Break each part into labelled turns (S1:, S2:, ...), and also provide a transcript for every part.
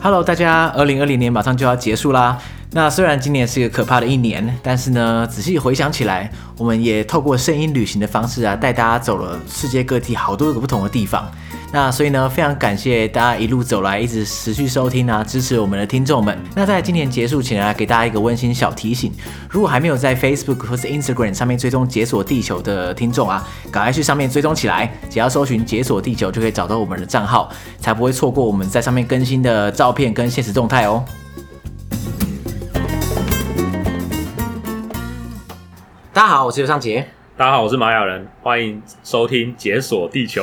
S1: Hello，大家，二零二零年马上就要结束啦。那虽然今年是一个可怕的一年，但是呢，仔细回想起来，我们也透过声音旅行的方式啊，带大家走了世界各地好多个不同的地方。那所以呢，非常感谢大家一路走来一直持续收听啊，支持我们的听众们。那在今年结束前啊，给大家一个温馨小提醒：如果还没有在 Facebook 或是 Instagram 上面追踪“解锁地球”的听众啊，赶快去上面追踪起来，只要搜寻“解锁地球”就可以找到我们的账号，才不会错过我们在上面更新的照片跟现实动态哦。大家好，我是刘尚杰。
S2: 大家好，我是玛雅人，欢迎收听《解锁地球》。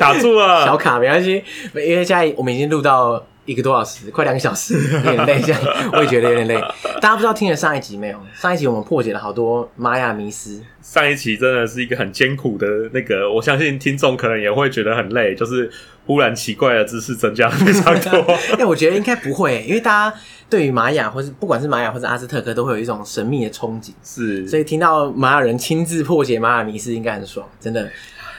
S2: 卡住
S1: 小
S2: 了，
S1: 卡没关系，没因为现在我们已经录到一个多小时，快两个小时，有点累，现在我也觉得有点累。大家不知道听了上一集没有？上一集我们破解了好多玛雅迷思，
S2: 上一期真的是一个很艰苦的那个，我相信听众可能也会觉得很累，就是忽然奇怪的知识增加非常多。
S1: 哎、我觉得应该不会，因为大家对于玛雅或是不管是玛雅或是阿兹特克，都会有一种神秘的憧憬，
S2: 是，
S1: 所以听到玛雅人亲自破解玛雅迷思，应该很爽，真的。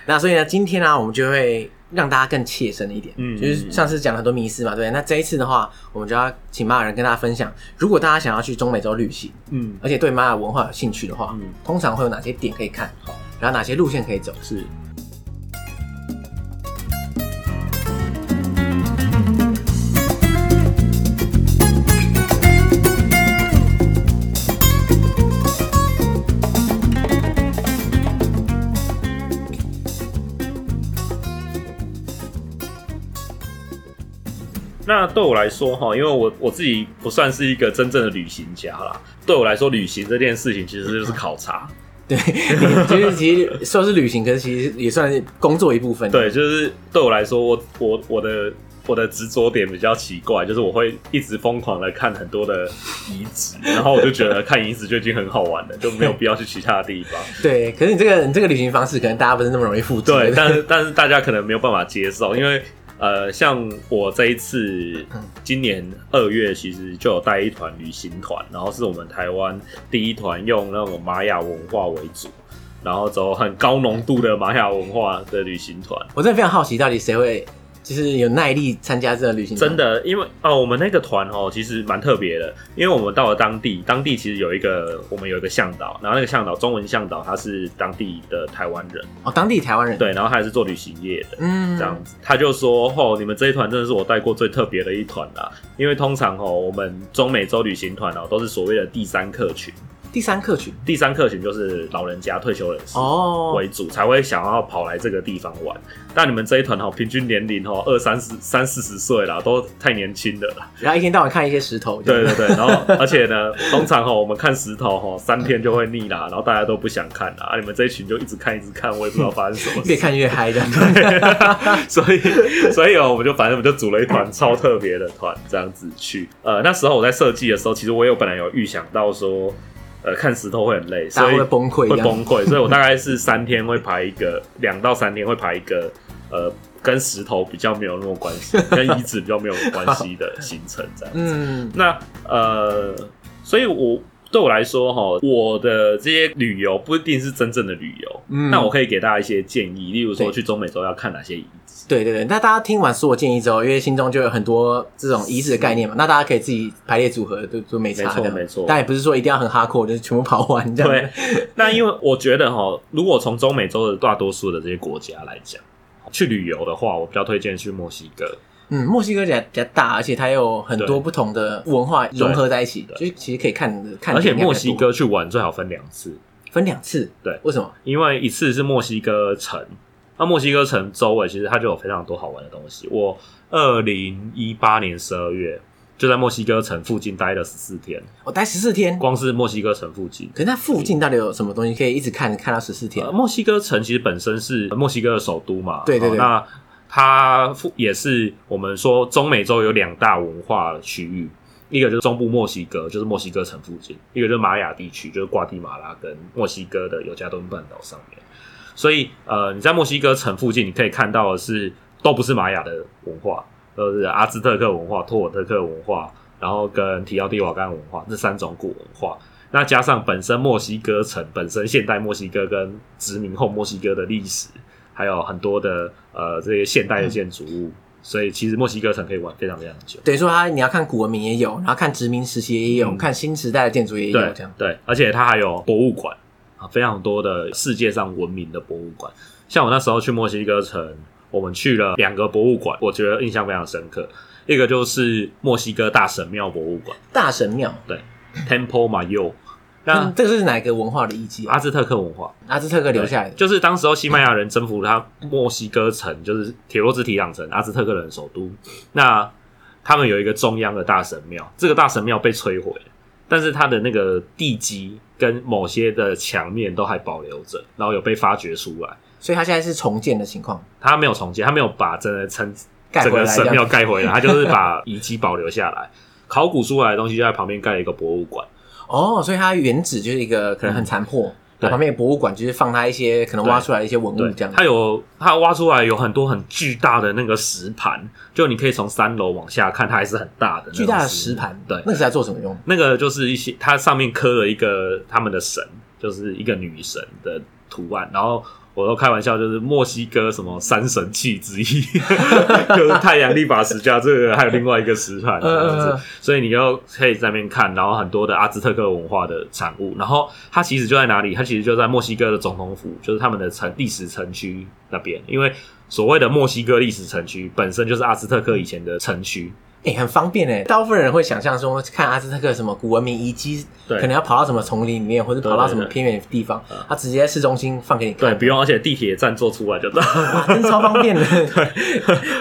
S1: 那所以呢，今天呢、我们就会让大家更切身一点，
S2: 嗯
S1: 就是上次讲了很多迷思嘛，对不对？那这一次的话，我们就要请玛雅人跟大家分享，如果大家想要去中美洲旅行。
S2: 嗯，
S1: 而且对玛雅文化有兴趣的话，
S2: 嗯
S1: 通常会有哪些点可以看，然后哪些路线可以走？
S2: 是。那对我来说，哈，因为我我自己不算是一个真正的旅行家啦。对我来说，旅行这件事情其实就是考察。
S1: 对，其实其实说是旅行，可是其实也算是工作一部分。
S2: 对，就是对我来说，我我我的我的执着点比较奇怪，就是我会一直疯狂的看很多的遗址，然后我就觉得看遗址就已经很好玩了，就没有必要去其他的地方。
S1: 对，可是你这个你这个旅行方式，可能大家不是那么容易复制。
S2: 对，但是但是大家可能没有办法接受，因为呃，像我这一次今年二月其实就有带一团旅行团，然后是我们台湾第一团用那种玛雅文化为主，然后走很高浓度的玛雅文化的旅行团。
S1: 我真的非常好奇，到底谁会就是有耐力参加这个旅行？
S2: 真，的，因为哦，我们那个团哦，其实蛮特别的，因为我们到了当地，当地其实有一个我们有一个向导，然后那个向导中文向导他是当地的台湾人，
S1: 哦，当地台湾人。，
S2: 对，然后他也是做旅行业的。
S1: 嗯
S2: 这样子，他就说：“哦，你们这一团真的是我带过最特别的一团啦、因为通常哦，我们中美洲旅行团哦，都是所谓的第三客群，
S1: 第三客群。
S2: 第三客群就是老人家、退休人士
S1: 哦，
S2: 为主，才会想要跑来这个地方玩。但你们这一团哦，平均年龄哦，二三十、三四十岁啦，都太年轻了啦。
S1: 然后一天到晚看一些石头。
S2: 对对对，然后而且呢，通常哈我们看石头哈三天就会腻啦，然后大家都不想看啦，啊你们这一群就一直看一直看，我也不知道发生什么
S1: 越
S2: 事，
S1: 看越嗨的。
S2: 所以所以哦我们就反正我们就组了一团超特别的团这样子去。呃，那时候我在设计的时候，其实我有本来有预想到说，呃，看石头会很累，
S1: 大家
S2: 所
S1: 会
S2: 以
S1: 不会崩
S2: 会
S1: 溃这样
S2: 崩溃，所以我大概 是三天会排一个，两到三天会排一个，呃。跟石头比较没有那么关系， 跟遗址比较没有关系的行程这样子。
S1: 嗯，
S2: 那呃，所以我对我来说哈，我的这些旅游不一定是真正的旅游。
S1: 嗯
S2: 那我可以给大家一些建议，例如说
S1: 对
S2: 去中美洲要看哪些遗址。
S1: 对对对，那大家听完所有建议之后，因为心中就有很多这种遗址的概念嘛，那大家可以自己排列组合，就就没差
S2: 没错
S1: 这样
S2: 没错
S1: 但也不是说一定要很哈扣，就是全部跑完这样。
S2: 对，那因为我觉得哈，如果从中美洲的大多数的这些国家来讲，去旅游的话，我比较推荐去墨西哥。
S1: 嗯，墨西哥比较比较大，而且它有很多
S2: 对
S1: 不同的文化融合在一起，就
S2: 对
S1: 是其实可以看看点应该
S2: 而
S1: 比较多。
S2: 且墨西哥去玩最好分两次，
S1: 分两次，
S2: 对
S1: 为什么？
S2: 因为一次是墨西哥城，那墨西哥城周围其实它就有非常多好玩的东西。我二零一八年十二月就在墨西哥城附近待了十四天，
S1: 我待十四天，可
S2: 光是墨西哥城附近。
S1: 是那附近到底有什么东西可以一直看看到十四天
S2: 呃？墨西哥城其实本身是墨西哥的首都嘛，
S1: 对对对
S2: 哦那它附也是我们说中美洲有两大文化区域，一个就是中部墨西哥，就是墨西哥城附近；一个就是玛雅地区，就是瓜地马拉跟墨西哥的尤加敦半岛上面。所以，呃，你在墨西哥城附近，你可以看到的是都不是玛雅的文化，都是阿兹特克文化、托尔特克文化，然后跟提奥蒂瓦干文化这三种古文化。那加上本身墨西哥城本身现代墨西哥跟殖民后墨西哥的历史，还有很多的呃这些现代的建筑物，所以其实墨西哥城可以玩非常非常久。
S1: 等于说它你要看古文明也有，然后看殖民时期也有，
S2: 嗯
S1: 看新时代的建筑也有
S2: 对
S1: 这样。
S2: 对，而且它还有博物馆啊，非常多的世界上闻名的博物馆。像我那时候去墨西哥城，我们去了两个博物馆，我觉得印象非常深刻。一个就是墨西哥大神庙博物馆
S1: 大神庙，
S2: （Temple Mayor），
S1: 那、
S2: 那
S1: 这个是哪个文化的遗迹啊？
S2: 阿兹特克文化
S1: 阿兹特克留下来的，
S2: 就是当时候西班牙人征服他墨西哥城，就是铁洛兹提朗城，阿兹特克人首都。那他们有一个中央的大神庙，这个大神庙被摧毁了，但是它的那个地基跟某些的墙面都还保留着，然后有被发掘出来。
S1: 所以它现在是重建的情况，
S2: 他没有重建，他没有把整个城
S1: 盖
S2: 整
S1: 回
S2: 个
S1: 来这
S2: 神
S1: 样。
S2: 庙盖回来，他就是把遗迹保留下来。考古出来的东西就在旁边盖了一个博物馆，
S1: 哦，所以它原址就是一个可能很残破，
S2: 对
S1: 旁边有博物馆，就是放它一些可能挖出来的一些文
S2: 嗯对
S1: 物这样，。
S2: 它有它挖出来有很多很巨大的那个石盘，就你可以从三楼往下看，它还是很大的那种
S1: 巨大的石盘，
S2: 对，
S1: 那个是来做什么用？
S2: 那个就是一些它上面刻了一个他们的神，就是一个女神的图案，然后。我都开玩笑，就是墨西哥什么三神器之 一，就是太阳历法石加这个，还有另外一个石盘这样
S1: 嗯嗯
S2: 子
S1: 嗯，
S2: 所以你要可以在那边看，然后很多的阿兹特克文化的产物，然后它其实就在哪里？它其实就在墨西哥的总统府，就是他们的城历史城区那边，因为所谓的墨西哥历史城区本身就是阿兹特克以前的城区，
S1: 哎、很方便哎、大部分人会想象说，看阿兹特克什么古文明遗迹，
S2: 对
S1: 可能要跑到什么丛林里面，或者跑到什么
S2: 对对对嗯
S1: 偏远的地方，他直接在市中心放给你看，
S2: 对，不用，而且地铁站坐出来就到。
S1: 哇，真超方 便的。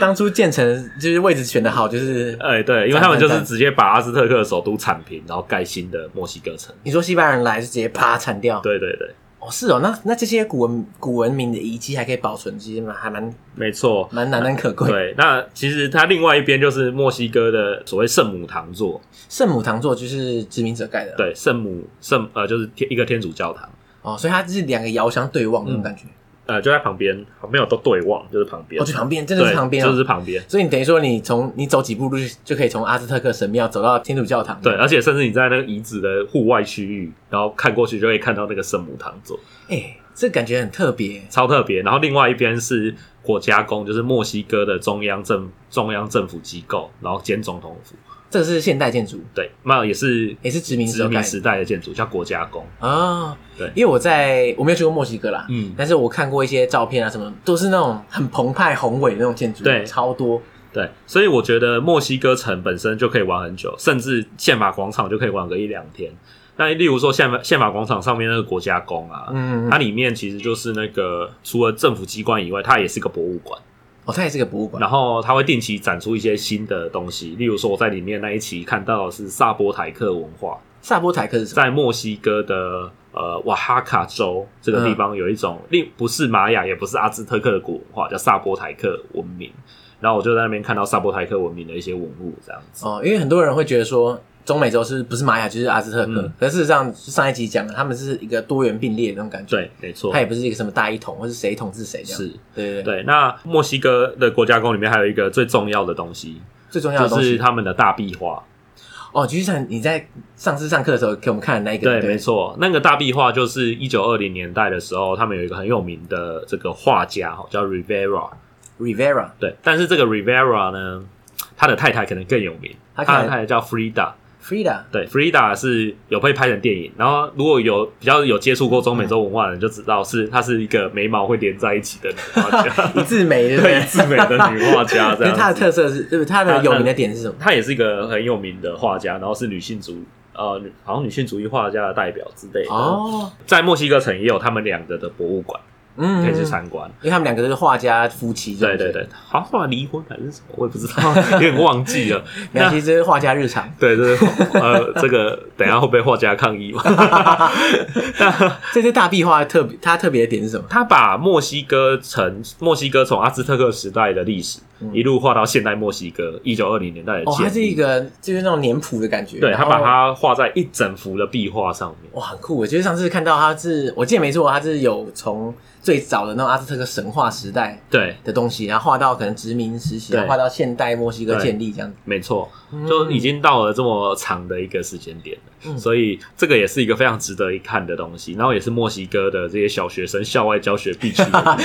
S1: 当初建成就是位置选的好，就是
S2: 哎、对，因为他们就
S1: 赞
S2: 是
S1: 赞
S2: 直接把阿兹特克的首都铲平，然后盖新的墨西哥城。
S1: 你说西班牙人来就直接啪铲掉，
S2: 对对对，
S1: 哦，是哦，那那这些古文古文明的遗迹还可以保存，其实蛮还蛮
S2: 没错。
S1: 蛮难能可贵。
S2: 对，那其实它另外一边就是墨西哥的所谓圣母堂座，
S1: 圣母堂座就是殖民者盖的，，
S2: 对，圣母圣呃就是天一个天主教堂，
S1: 哦，所以它是两个遥相对望那种感觉。
S2: 呃就在旁边，没有都对望，就是旁边，
S1: 哦，就旁边，真的
S2: 对，
S1: 是旁边、哦，
S2: 就是旁边。
S1: 所以你等于说，你从你走几步路就就可以从阿兹特克神庙走到天主教堂。
S2: 对，，而且甚至你在那个遗址的户外区域，然后看过去就会看到那个圣母堂座，
S1: 哎、这感觉很特别。
S2: 超特别。然后另外一边是国家宫，就是墨西哥的中央政中央政府机构，然后兼总统府。
S1: 这个是现代建筑，
S2: 对，那也是
S1: 也是殖民时
S2: 殖
S1: 候盖
S2: 民
S1: 的
S2: 时代的建筑，叫国家宫。
S1: 啊。
S2: 对
S1: 因为我在我没有去过墨西哥啦，
S2: 嗯
S1: 但是我看过一些照片啊，什么都是那种很澎湃宏伟的那种建筑，
S2: 对
S1: 超多。
S2: 对，所以我觉得墨西哥城本身就可以玩很久，甚至宪法广场就可以玩个一两天。那例如说宪法宪法广场上面那个国家宫啊，
S1: 嗯，
S2: 它里面其实就是那个除了政府机关以外，它也是个博物馆，
S1: 哦，它也是个博物馆
S2: 然后它会定期展出一些新的东西。例如说我在里面那一期看到的是萨波台克文化，
S1: 萨波台克是什么？
S2: 在墨西哥的呃瓦哈卡州这个地方有一种另不是玛雅也不是阿兹特克的古文化，叫萨波台克文明。然后我就在那边看到萨波台克文明的一些文物，这样子。
S1: 哦，因为很多人会觉得说。中美洲是不是玛雅就是阿兹特克？
S2: 嗯
S1: 可是事实上，上一集讲了，他们是一个多元并列的那种感觉。
S2: 对，没错
S1: 它，也不是一个什么大一统，或是谁统治谁这样。
S2: 是
S1: 对对对。
S2: 对。那墨西哥的国家宫里面还有一个最重要的东西，
S1: 最重要的
S2: 就
S1: 东西
S2: 是他们的大壁画。
S1: 哦，就像你在上次上课的时候给我们看的那一个，
S2: 对，没错，那个大壁画就是一九二零年代的时候，他们有一个很有名的这个画家哦叫 Rivera。
S1: ，Rivera，
S2: 对，但是这个 Rivera 呢，他的太太可能更有名，
S1: 他
S2: 他
S1: 可能
S2: 的太太叫 Frida。
S1: Frida，
S2: 对，Frida 是有被拍成电影，然后如果有比较有接触过中美洲文化的人就知道是，她是一个眉毛会连在一起的女画
S1: 一
S2: 家，
S1: 字眉， 对不
S2: 对，
S1: 对？
S2: 自美的女画家这
S1: 因为它
S2: 样
S1: 的
S2: 子。
S1: 特色是，对不对？它的有名的点是什么？
S2: 她也是一个很有名的画家，然后是女性主呃，女好像女性主义画家的代表之类的。，
S1: 哦，
S2: 在墨西哥城也有他们两个的博物馆
S1: 嗯，
S2: 可以去
S1: 因
S2: 参观。
S1: 为他们两个都是画家夫妻，
S2: 对对对，好像后来离婚还是什么，我也不知 道，有点忘记了。
S1: 那其实这是画家日常，
S2: 对，这是呃，这个等一下会被画家抗 议嘛？那
S1: 这些大壁画的特别，它特别的点是什么？
S2: 他把墨西哥城，墨西哥从阿兹特克时代的历史、一路画到现代墨西哥一九二零年代的
S1: 嗯哦，它
S2: 建
S1: 是一
S2: 立，
S1: 个哦就是那种脸谱的感觉，
S2: 对他
S1: 然后
S2: 把它画在一整幅的壁画上面。
S1: 哇，很酷！我就是上次看到它是，我记得没错，它是有从最早的那种阿兹特克神话时代
S2: 对，
S1: 的东西，然后画到可能殖民时期，
S2: 对
S1: 然后画到现代墨西哥
S2: 对
S1: 建立这样子。
S2: 没错，
S1: 嗯
S2: 就已经到了这么长的一个时间点了，所以这个也是一个非常值得一看的东西。然后也是墨西哥的 这些小学生校外教学必去的地方。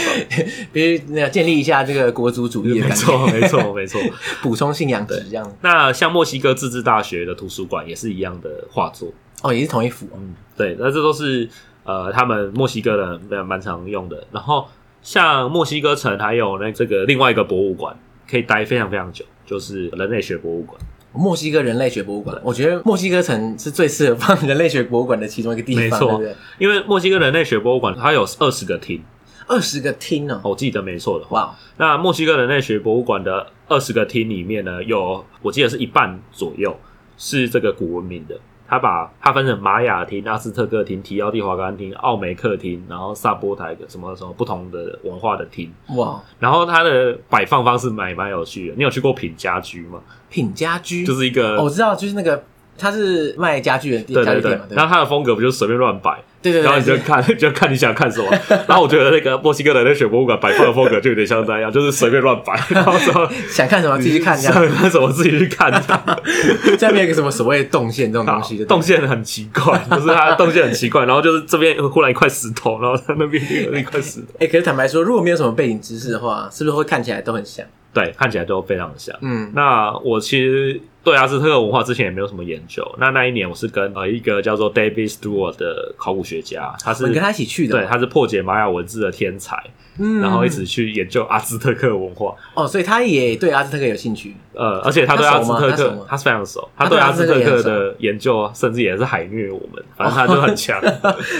S1: 必须那个建立一下这个国族主义的
S2: 没
S1: 感
S2: 错，没错，没错。
S1: 补充信仰值这样。
S2: 那像墨西哥自治大学的图书馆也是一样的画作，
S1: 哦，也是同一幅哦。
S2: 嗯，对，那这都是呃他们墨西哥人蛮蛮常用的。然后像墨西哥城还有那这个另外一个博物馆，可以待非常非常久，就是人类学博物馆。
S1: 墨西哥人类学博物馆，我觉得墨西哥城是最适合放人类学博物馆的其中一个地
S2: 没
S1: 方，
S2: 错
S1: 对不对？
S2: 因为墨西哥人类学博物馆它有二十个厅，
S1: 二十个厅哦，
S2: 我记得没错的话，
S1: 哇，
S2: 那墨西哥人类学博物馆的二十个厅里面呢，有我记得是一半左右是这个古文明的。它把它分成玛雅厅、阿斯特克厅、提奥蒂华干厅、奥梅克厅，然后萨波台什么什么不同的文化的厅。
S1: 哇，
S2: 然后它的摆放方式蛮蛮有趣的。你有去过品家居吗？
S1: 品家居
S2: 就是一个、
S1: 哦我知道，就是那个他是卖家具的店，
S2: 对
S1: 家
S2: 对
S1: 具店
S2: 对
S1: 嘛，，对
S2: 然后它的风格不就是随便乱摆，
S1: 对对，
S2: 然后你
S1: 对
S2: 就
S1: 对
S2: 看就看你想看什么。 然后我觉得那个墨西哥的那水博物馆摆放的风格就有点像那样，就是随便乱摆，然后之后
S1: 想看什么自己去看，这
S2: 想
S1: 样
S2: 看什么自己去看 它。
S1: 这边有个什么所谓的动线这种东西，对不对
S2: 动线很奇怪， 就是它的动线很奇怪，然后就是这边忽然一块石头，然后它那边又有一块石头，
S1: 哎、可是坦白说，如果没有什么背景知识的话，是不是会看起来都很像？
S2: 对，看起来都非常像。
S1: 嗯，
S2: 那我其实对阿兹特克文化之前也没有什么研究。那那一年我是跟呃一个叫做 David Stewart 的考古学家，哦他是
S1: 你跟他一起去的，
S2: 对，，他是破解玛雅文字的天才，
S1: 嗯
S2: 然后一直去研究阿兹特克文化。
S1: 哦，所以他也对阿兹特克有兴趣，
S2: 呃，而且他对
S1: 他
S2: 阿
S1: 熟
S2: 兹
S1: 吗
S2: 特
S1: 他熟
S2: 克
S1: 吗
S2: 他是非常熟，
S1: 他
S2: 他
S1: 对
S2: 对
S1: 阿
S2: 阿
S1: 兹
S2: 兹
S1: 特克
S2: 特
S1: 也
S2: 克
S1: 很熟
S2: 的研究甚至也是海虐我们，反正他就很 强，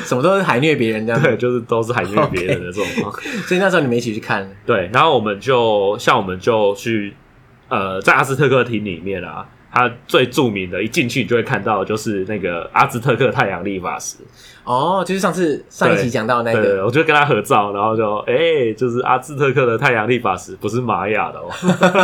S1: 什么都是海虐别人这 样。
S2: 对，就是都是海虐别人的这种。
S1: 所以那时候你们一起去看，
S2: 对，然后我们就像我们就去呃，在阿兹特克厅里面啊，它最著名的一进去你就会看到就是那个阿兹特克太阳历法师，
S1: 哦，就是上次上一集讲到那
S2: 对对，
S1: 个，
S2: 我就跟他合照，然后就哎、就是阿兹特克的太阳历法师不是玛雅 的哦。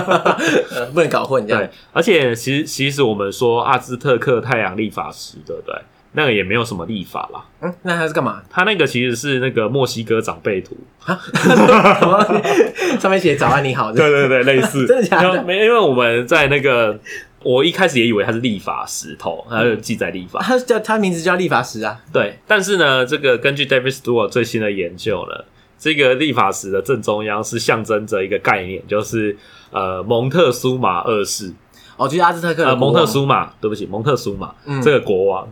S1: 呃不能搞混这
S2: 对
S1: 样。，
S2: 而且其实其实我们说阿兹特克太阳历法师，对不对？那个也没有什么历法啦，
S1: 嗯，那他是干嘛？
S2: 他那个其实是那个墨西哥长辈图，
S1: 什么东西上面写“早安你 好”，
S2: 对对对，类似，
S1: 真的假的
S2: 然后没，因为我们在那个，我一开始也以为它是立法石头，它有记载立法。
S1: 他叫他名字叫立法石啊。
S2: 对，但是呢，这个根据 David Stewart 最新的研究呢，这个立法石的正中央是象征着一个概念，就是呃蒙特苏马二世，
S1: 哦，就是阿兹特克
S2: 呃
S1: 的国
S2: 蒙
S1: 王
S2: 特，苏马，对不起，蒙特苏马、
S1: 嗯
S2: 这个国王，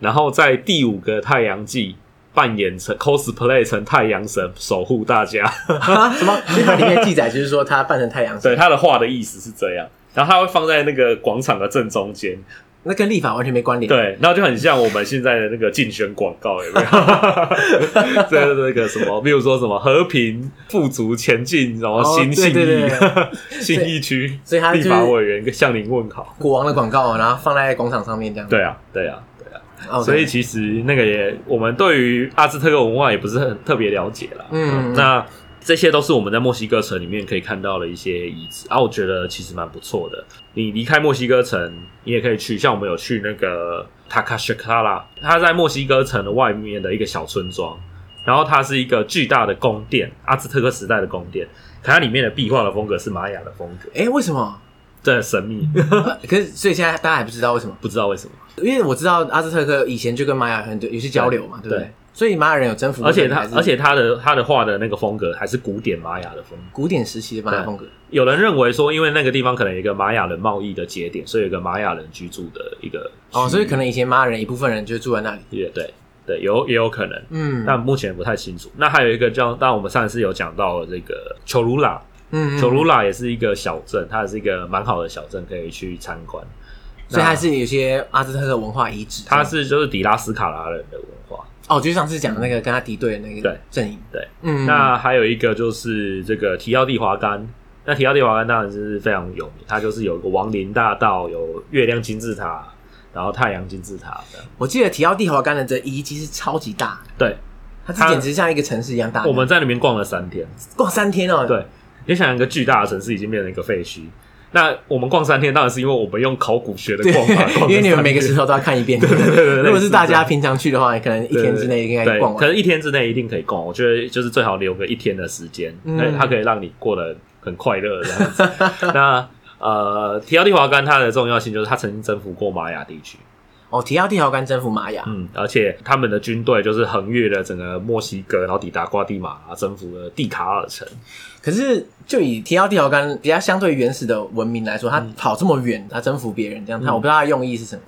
S2: 然后在第五个太阳纪扮演成 cosplay 成太阳神，守护大家。
S1: 啊 什么？所以它里面记载就是说他扮成太阳神，
S2: 对，他的画的意思是这样。然后他会放在那个广场的正中间，
S1: 那跟立法完全没关联。
S2: 对，然后就很像我们现在的那个竞选广告， 有没有？这那个什么，比如说什么和平、富足、前进，然后
S1: 哦
S2: 新
S1: 对
S2: 信
S1: 对
S2: 义
S1: 对、
S2: 信义区
S1: 所以他
S2: 立
S1: 就是
S2: 法委员向您问好。
S1: 国王的广告，然后放在广场上面这样。
S2: 对啊，对啊，对啊。
S1: 哦，
S2: 所以
S1: 对
S2: 其实那个也，我们对于阿兹特克文化也不是很特别了解啦。
S1: 嗯
S2: 那这些都是我们在墨西哥城里面可以看到的一些遗址，啊，我觉得其实蛮不错的。你离开墨西哥城，你也可以去，像我们有去那个塔卡什卡拉，它在墨西哥城的外面的一个小村庄，然后它是一个巨大的宫殿，阿兹特克时代的宫殿，可它里面的壁画的风格是玛雅的风格，
S1: 哎，为什么？
S2: 真的神 秘，
S1: 呃可是，所以现在大家还不知道为什么，
S2: 不知道为什么。
S1: 因为我知道阿兹特克以前就跟玛雅很多有些交流嘛，对不对？
S2: 对
S1: 所以玛雅人有征服过
S2: 而且
S1: 这里
S2: 它
S1: 还是
S2: 而且它的它的画的那个风格还是古典玛雅的风格。
S1: 古典时期的玛雅风格，
S2: 有人认为说，因为那个地方可能有一个玛雅人贸易的节点，所以有一个玛雅人居住的一个区域
S1: 哦，所以可能以前玛雅人一部分人就住在那里，
S2: 也对对有也有可能，
S1: 嗯，
S2: 但目前不太清楚。那还有一个叫，但我们上一次有讲到这个丘鲁拉，
S1: 嗯，嗯
S2: 丘鲁拉也是一个小镇，它也是一个蛮好的小镇，可以去参观。
S1: 所以还是有些阿兹特克文化遗址，
S2: 它
S1: 是
S2: 是就是底拉斯卡拉人的文化。
S1: 吧哦，就上次讲的那个跟他敌对的那个
S2: 对
S1: 阵营，
S2: 对，
S1: 嗯，
S2: 那还有一个就是这个提奥蒂华干。那提奥蒂华干当然是非常有名，它就是有一个亡灵大道，有月亮金字塔，然后太阳金字塔这样
S1: 我记得提奥蒂华干的这遗迹是超级大，
S2: 对，
S1: 它是
S2: 它
S1: 简直像一个城市一样大，
S2: 我们在那边逛了三天，
S1: 逛三天哦，
S2: 对，你想一个巨大的城市已经变成一个废墟，那我们逛三天当然是因为我们用考古学的
S1: 对
S2: 逛法，逛，
S1: 因为你们每个
S2: 时
S1: 石头都要看一 遍。
S2: 对对
S1: 如果是大家
S2: 类似
S1: 平常去的话，可能一天之内应该逛
S2: 可
S1: 完。
S2: 能一天之内一定可以逛，我觉得就是最好留个一天的时间，
S1: 嗯
S2: 那它可以让你过得很快乐这样 子。那呃，提奥蒂华干它的重要性就是它曾经征服过玛雅地区，
S1: 哦，提奥蒂豪干征服玛雅，
S2: 嗯，而且他们的军队就是横越了整个墨西哥，然后抵达瓜地马拉，征服了蒂卡尔城。
S1: 可是就以提奥蒂豪干比较相对原始的文明来说，他
S2: 嗯
S1: 跑这么远，他征服别人这样，他我不知道他的用意是什么。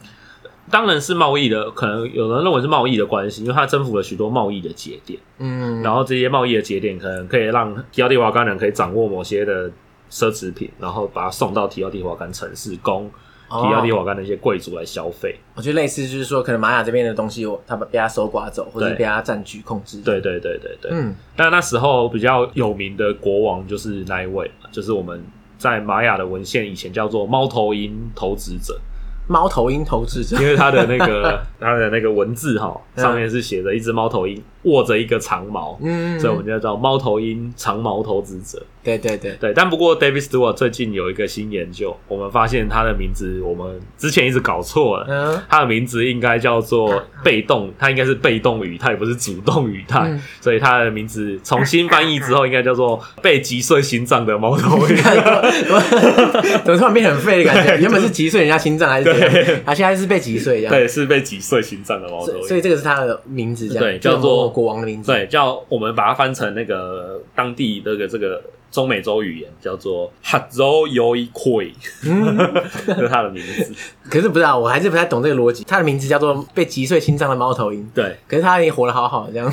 S2: 当然是贸易的，可能有人认为是贸易的关系，因为他征服了许多贸易的节点，
S1: 嗯，
S2: 然后这些贸易的节点可能可以让提奥蒂华干人可以掌握某些的奢侈品，然后把它送到提奥蒂华干城市，供提奥蒂
S1: 哦，嗯
S2: 华干的一些贵族来消费。
S1: 我觉得类似就是说，可能玛雅这边的东西，我他被他搜刮走，或者
S2: 对
S1: 被他占据控制。，
S2: 对对对对对。
S1: 嗯，
S2: 那那时候比较有名的国王就是那一位嘛，就是我们在玛雅的文献以前叫做猫头鹰投资 者，
S1: 猫头鹰投掷者
S2: 因，为他的那个他的那个文字哈上面是写着一只猫头鹰握着一个长矛，
S1: 嗯，
S2: 所以我们就叫猫头鹰长矛投资者。
S1: 对对对，
S2: 对，但不过 David Stewart 最近有一个新研究，我们发现他的名字我们之前一直搞错了。
S1: 嗯， 啊
S2: 他的名字应该叫做被动，他应该是被动语态，也不是主动语态，
S1: 嗯
S2: 所以他的名字重新翻译之后，应该叫做被击碎心脏的猫头 鹰。
S1: 怎么突然变很废的感觉？原本是击碎人家心脏还是怎样
S2: 对？
S1: 他现在是被击碎这样。
S2: 对，是被击碎心脏的猫头
S1: 所以，所以
S2: 鹰。
S1: 这个是他的名字，这样
S2: 对
S1: 这个
S2: 叫做
S1: 某某国王的名字。
S2: 对，叫我们把它翻成那个当地这个这个中美洲语言叫做 Hazo Yoikoi，这
S1: 嗯
S2: 是他的名字。
S1: 可是不知道，我还是不太懂这个逻辑。他的名字叫做被击碎心脏的猫头鹰，
S2: 对，
S1: 可是他也活得好好的这样。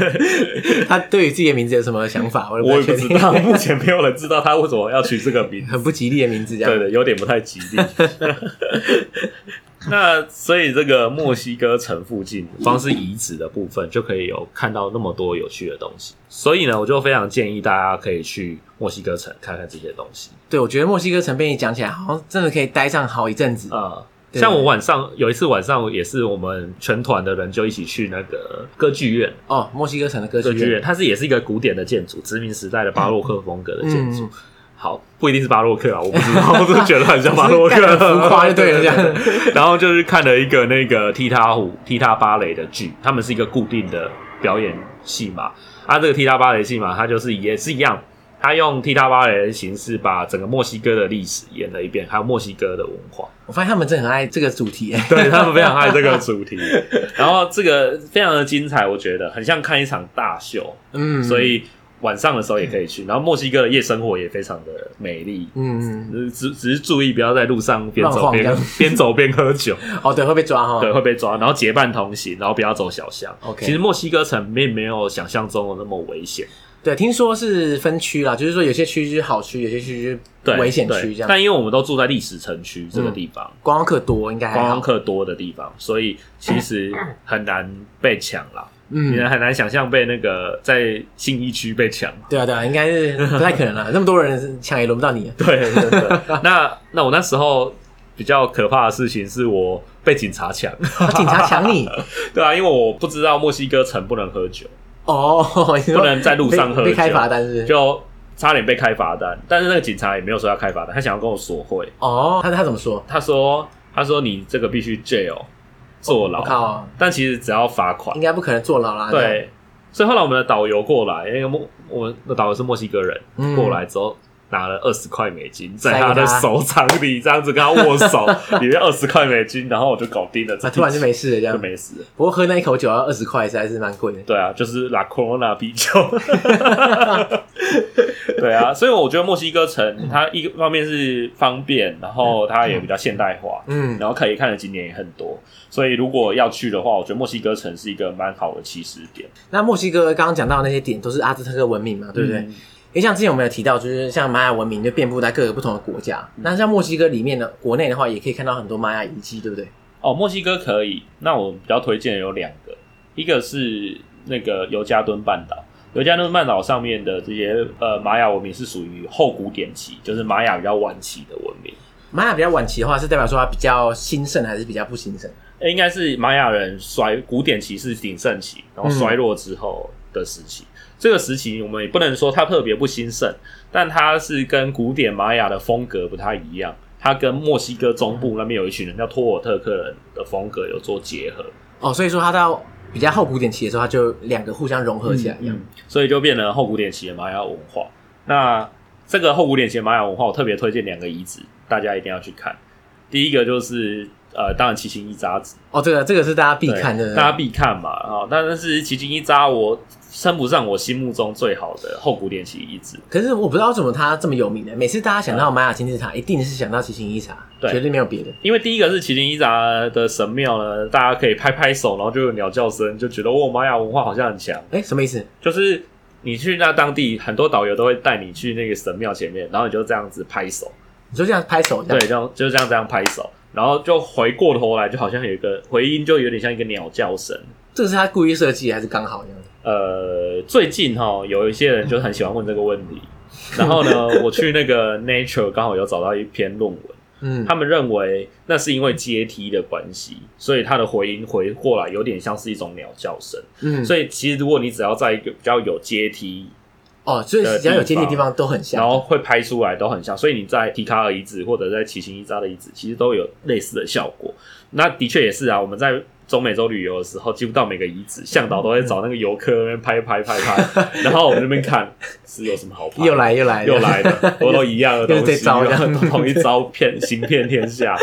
S1: 他对于自己的名字有什么想法？我
S2: 我也
S1: 也不
S2: 不
S1: 太确
S2: 知
S1: 定。
S2: 道， 目前没有人知道他为什么要取这个名字。
S1: 很不吉利的名字，这
S2: 对
S1: 样。
S2: 的，有点不太吉 利。那所以这个墨西哥城附近，光是遗址的部分就可以有看到那么多有趣的东西。所以呢，我就非常建议大家可以去墨西哥城看看这些东西。
S1: 对，我觉得墨西哥城被你讲起来，好像真的可以待上好一阵子。
S2: 呃，
S1: 对
S2: 像我晚上有一次晚上也是我们全团的人就一起去那个歌剧院，
S1: 哦，墨西哥城的歌
S2: 歌
S1: 剧
S2: 剧
S1: 院
S2: 院，它是也是一个古典的建筑，殖民时代的巴洛克风格的建筑。
S1: 嗯
S2: 好，不一定是巴洛克啊，我不知道，我就觉得很像巴洛 克
S1: 就是干，得浮夸就对了这样
S2: 然后就是看了一个那个踢踏舞、踢踏芭蕾的剧，他们是一个固定的表演戏码。啊，这个踢踏芭蕾戏码，它就是也是一样，它用踢踏芭蕾的形式把整个墨西哥的历史演了一遍，还有墨西哥的文化。
S1: 我发现他们真的很爱这个主题。
S2: 对他们非常爱这个主题， 然后这个非常的精彩，我觉得很像看一场大秀，
S1: 嗯，
S2: 所以晚上的时候也可以去。然后墨西哥的夜生活也非常的美丽，
S1: 嗯，
S2: 只只只是注意不要在路上边
S1: 乱
S2: 走
S1: 晃这
S2: 边
S1: 样
S2: 边走边喝酒，
S1: 哦，对，会被抓哈。
S2: 对，会被抓。然后结伴同行，然后不要走小巷。
S1: OK
S2: 其实墨西哥城并没有想象中的那么危险，
S1: 对，听说是分区啦，就是说有些区就是好区，有些区就
S2: 对，
S1: 是危险
S2: 对
S1: 区这样。嗯
S2: 但因为我们都住在历史城区这个地方，
S1: 观光客多应该还
S2: 观光
S1: 好。
S2: 客多的地方，所以其实很难被抢啦。你
S1: 嗯，
S2: 很难想象被那个在信义区被抢。
S1: 对啊，对啊，应该是不太可 能了。那么多人抢也轮不到你。
S2: 对，真 的。那那我那时候比较可怕的事情是我被警察抢。
S1: 啊警察抢你
S2: 对啊，因为我不知道墨西哥城不能喝酒，
S1: 哦，不
S2: 不能在路上喝酒
S1: 被开罚单是不是？
S2: 就差点被开罚单。但是那个警察也没有说要开罚单，他想要跟我索贿。
S1: 哦，他他怎么说？
S2: 他说：“他说你这个必须 jail 坐
S1: 我
S2: 牢，
S1: 靠，
S2: 但其实只要罚款
S1: 应。该不可能坐牢啦。，
S2: 对，所以后来我们的导游过来，那个墨我们的导游是墨西哥人，
S1: 嗯
S2: 过来之后拿了二十块美金，
S1: 塞
S2: 在
S1: 给
S2: 他的
S1: 他
S2: 手掌里这样子跟他握 手，里面二十块美金，然后我就搞定了，
S1: 啊，突然就没事了这
S2: 就
S1: 样。
S2: 没事了。
S1: 不过喝那一口酒要二十块，实在是蛮贵的。
S2: 对啊，就是 La Corona 啤酒。对啊，所以我觉得墨西哥城它一个方面是方便，然后它也比较现代化，
S1: 嗯，
S2: 然后可以看的景点也很多。所以如果要去的话，我觉得墨西哥城是一个蛮好的起始点，
S1: 那墨西哥刚刚讲到的那些点都是阿兹特克文明嘛，对不对？
S2: 嗯
S1: 因为像之前我们有提到，就是像玛雅文明就遍布在各个不同的国家。那像墨西哥里面的国内的话，也可以看到很多玛雅遗迹，对不对？
S2: 哦，墨西哥可以。那我比较推荐的有两个，一个是那个尤加敦半岛。尤加敦半岛上面的这些呃玛雅文明是属于后古典期，就是玛雅比较晚期的文明。
S1: 玛雅比较晚期的话，是代表说它比较兴盛还是比较不兴盛？
S2: 呃应该是玛雅人衰古典期是鼎盛期，然后衰落之后的时期。这个时期我们也不能说它特别不兴盛，但它是跟古典玛雅的风格不太一样。它跟墨西哥中部那边有一群人叫托尔特克人的风格有做结合，
S1: 哦，所以说它到比较后古典期的时候，它就两个互相融合起来一样。
S2: 所以就变成后古典期的玛雅文化。那这个后古典期的玛雅文化，我特别推荐两个遗址，大家一定要去看。第一个就是呃，当然奇形异杂，
S1: 哦，这个这个是大家必看
S2: 对
S1: 的，
S2: 大家必看嘛啊、但但是奇形异杂，我称不上我心目中最好的后古典奇异之。
S1: 可是我不知道为什么它这么有名的，每次大家想到玛雅金字塔，一定是想到奇琴伊察，
S2: 对
S1: 绝对没有别的。
S2: 因为第一个是奇形异杂的神庙呢，大家可以拍拍手，然后就有鸟叫声，就觉得哇，玛雅文化好像很强。
S1: 哎，什么意思？
S2: 就是你去那当地，很多导游都会带你去那个神庙前面，然后你就这样子拍手，
S1: 你说这样拍手这
S2: 对，
S1: 样？
S2: 这样就是这样这样拍手，然后就回过头来，就好像有一个回音，就有点像一个鸟叫声。
S1: 这个是他故意设计还是刚好这样？
S2: 呃，最近哈有一些人就很喜欢问这个问 题，然后呢，我去那个 Nature 刚好有找到一篇论文，
S1: 嗯，
S2: 他们认为那是因为阶梯的关系，所以它的回音回过来有点像是一种鸟叫声。
S1: 嗯，
S2: 所以其实如果你只要在一个比较有阶梯
S1: 哦，所以只要有接地的地方都很像。
S2: 然后会拍出来都很像，所以你在提卡尔遗址或者啊在奇形伊扎的遗址，其实都有类似的效果。那的确也是啊，我们在中美洲旅游的时候，几乎到每个遗址，向导都会找那个游客那边拍拍拍拍，然后我们那边看是有什么好拍，
S1: 又来又来
S2: 又来的，都都一样的东
S1: 又是
S2: 西，
S1: 这招这样
S2: 然后同一招骗行骗天下。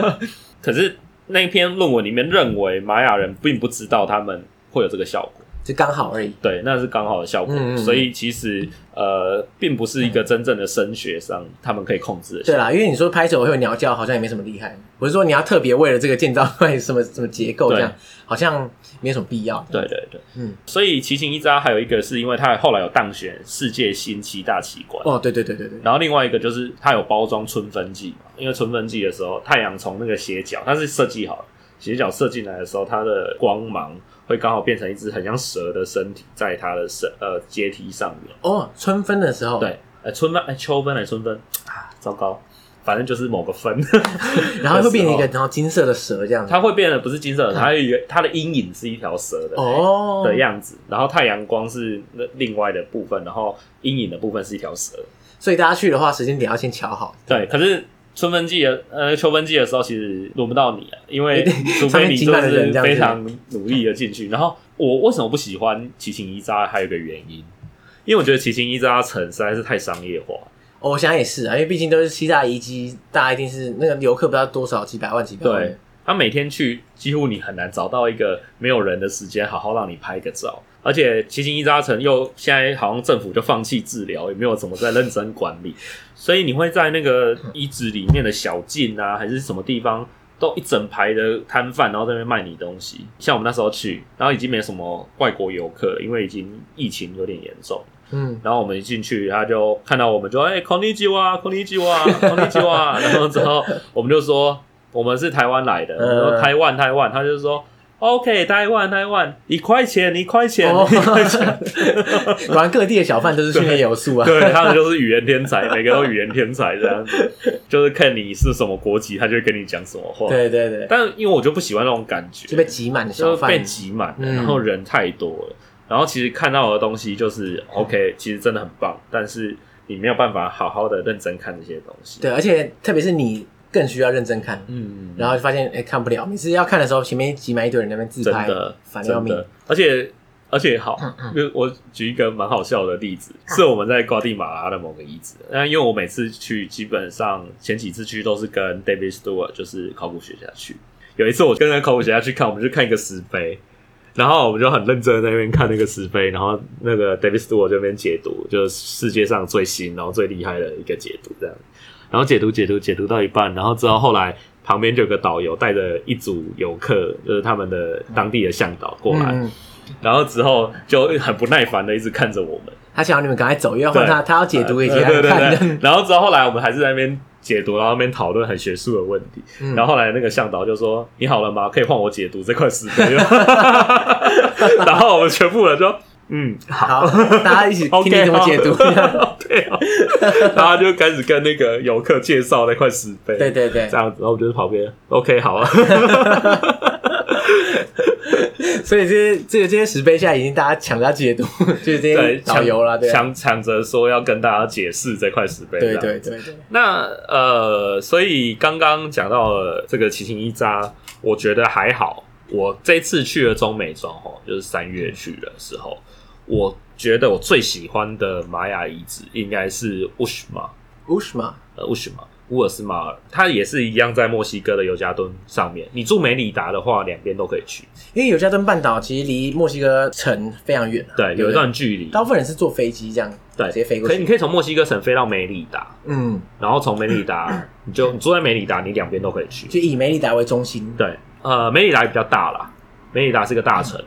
S2: 可是那篇论文里面认为玛雅人并不知道他们会有这个效果。
S1: 就刚好而已。
S2: 对，那是刚好的效果。
S1: 嗯嗯嗯
S2: 所以其实呃，并不是一个真正的声学上他们可以控制的效
S1: 对啦，因为你说拍手会有鸟叫，好像也没什么厉害。我是说你要特别为了这个建造 出来什么什么结构这样，好像没有什么必要。
S2: 果。对对对，
S1: 嗯，
S2: 所以奇形异扎还有一个是因为它后来有当选世界新七大奇观，
S1: 哦，对对对对对，
S2: 然后另外一个就是它有包装春分季嘛，因为春分季的时候太阳从那个斜角，它是设计好的，斜角射进来的时候，它的光芒会刚好变成一只很像蛇的身体在它的身呃阶梯上面。
S1: 哦，春分的时候，，
S2: 对，呃，春分哎、秋分哎、春分啊，糟糕，反正就是某个分。
S1: 然后会变成一个
S2: 的
S1: 然后金色的蛇这样子。
S2: 它会变得不是金色的，它有一个它的阴影是一条蛇的、
S1: 哦，
S2: 的样子，然后太阳光是那另外的部分，然后阴影的部分是一条蛇。
S1: 所以大家去的话，时间点要先瞧好。
S2: 对，可是春分季的呃秋分季的时候，其实轮不到你啊，因为除非你
S1: 上面挤
S2: 就
S1: 满了人
S2: 是
S1: 这样子
S2: 非常努力的进去。然后我为什么不喜欢奇形伊扎？还有一个原因，因为我觉得奇形伊扎城实在是太商业化了。
S1: 哦，我想也是啊，因为毕竟都是七大遗迹，大家一定是那个游客不知道多少几百万几百万。
S2: 对，，他每天去，几乎你很难找到一个没有人的时间，好好让你拍个照。而且奇形伊扎城又现在好像政府就放弃治疗，也没有怎么在认真管理，所以你会在那个遗址里面的小径啊，还是什么地方，都一整排的摊贩，然后在那边卖你东西。像我们那时候去，然后已经没什么外国游客了，因为已经疫情有点严重。
S1: 嗯，
S2: 然后我们一进去，他就看到我们就哎 k o n n i c h i w a k o n n i c h i w a k o n n i c h i w a 然后之后我们就说我们是台湾来的，
S1: 嗯
S2: 我们说台湾台湾，他就说 OK 台湾台湾，一块钱一块钱
S1: 哦
S2: 一块钱，
S1: 果然各地的小贩都是训练有素啊。
S2: 对他们就是语言天才，每个都语言天才这样子，就是看你是什么国籍，他就会跟你讲什么话。
S1: 对对对，
S2: 但因为我就不喜欢那种感觉，
S1: 就被挤满的
S2: 就
S1: 小
S2: 是
S1: 贩
S2: 被。挤满了，
S1: 嗯
S2: 然后人太多了，然后其实看到的东西就是
S1: 嗯
S2: OK，其实真的很棒，但是你没有办法好好的认真看这些东西。，
S1: 对，而且特别是你更需要认真看，
S2: 嗯，
S1: 然后就发现哎看不了，每次要看的时候，前面挤满一堆人在那边自
S2: 真
S1: 拍
S2: 的，
S1: 烦得要
S2: 真
S1: 命。嗯
S2: 的，而且而且好，就是我举一个蛮好笑的例子，是我们在瓜地马拉的某个遗址，那因为我每次去，基本上前几次去都是跟 David Stewart，就是考古学家去。有一次我跟着考古学家去看，我们去看一个石碑，然后我们就很认真地在那边看那个石碑，然后那个 David Stewart 这边解读，就是世界上最新然后最厉害的一个解读这样。然后解读解读解读到一半，然后之后后来旁边就有个导游带着一组游客，就是他们的当地的向导过来，
S1: 嗯，嗯
S2: 然后之后就很不耐烦的一直看着我们，
S1: 他想要你们赶快走，因为要换
S2: 对
S1: 他，他要解读给其他
S2: 呃对
S1: 人
S2: 对
S1: 看。
S2: 对对。然后之后后来我们还是在那边解读，然后那边讨论很学术的问题。
S1: 嗯
S2: 然后后来那个向导就说：“你好了吗？可以换我解读这块石 碑了。”然后我们全部人就 嗯，
S1: 好，大家一起听你怎么解
S2: OK，
S1: 读。
S2: 好 对啊，然后他就开始跟那个游客介绍那块石碑。
S1: 对 对对
S2: 这，样子，然后我就在旁边，OK，好啊，
S1: 所以这些这个这些石碑现在已经大家抢着要解读， 就是这 些
S2: 对，
S1: 导游啦，对啊
S2: 抢抢着说要跟大家解释这块石碑，
S1: 对对对对，
S2: 那呃，所以刚刚讲到了这个奇形异扎，我觉得还好。我这次去了中美洲，吼，就是三月去的时候，我觉得我最喜欢的玛雅遗址应该是乌什玛，
S1: 乌什嘛，
S2: 呃，乌什玛，乌尔斯马尔，它也是一样在墨西哥的尤加敦上面。你住梅里达的话，两边都可以去，
S1: 因为尤加敦半岛其实离墨西哥城非常远、啊，
S2: 对，
S1: 不
S2: 有一段距离。
S1: 大部分人是坐飞机这样，
S2: 对
S1: 直接飞过
S2: 可以，你
S1: 去。
S2: 可以从墨西哥城飞到梅里达，
S1: 嗯，
S2: 然后从梅里达，你就你住在梅里达，你两边都可以去。
S1: 就以梅里达为中心，
S2: 对，呃，梅里达也比较大啦，梅里达是个大城，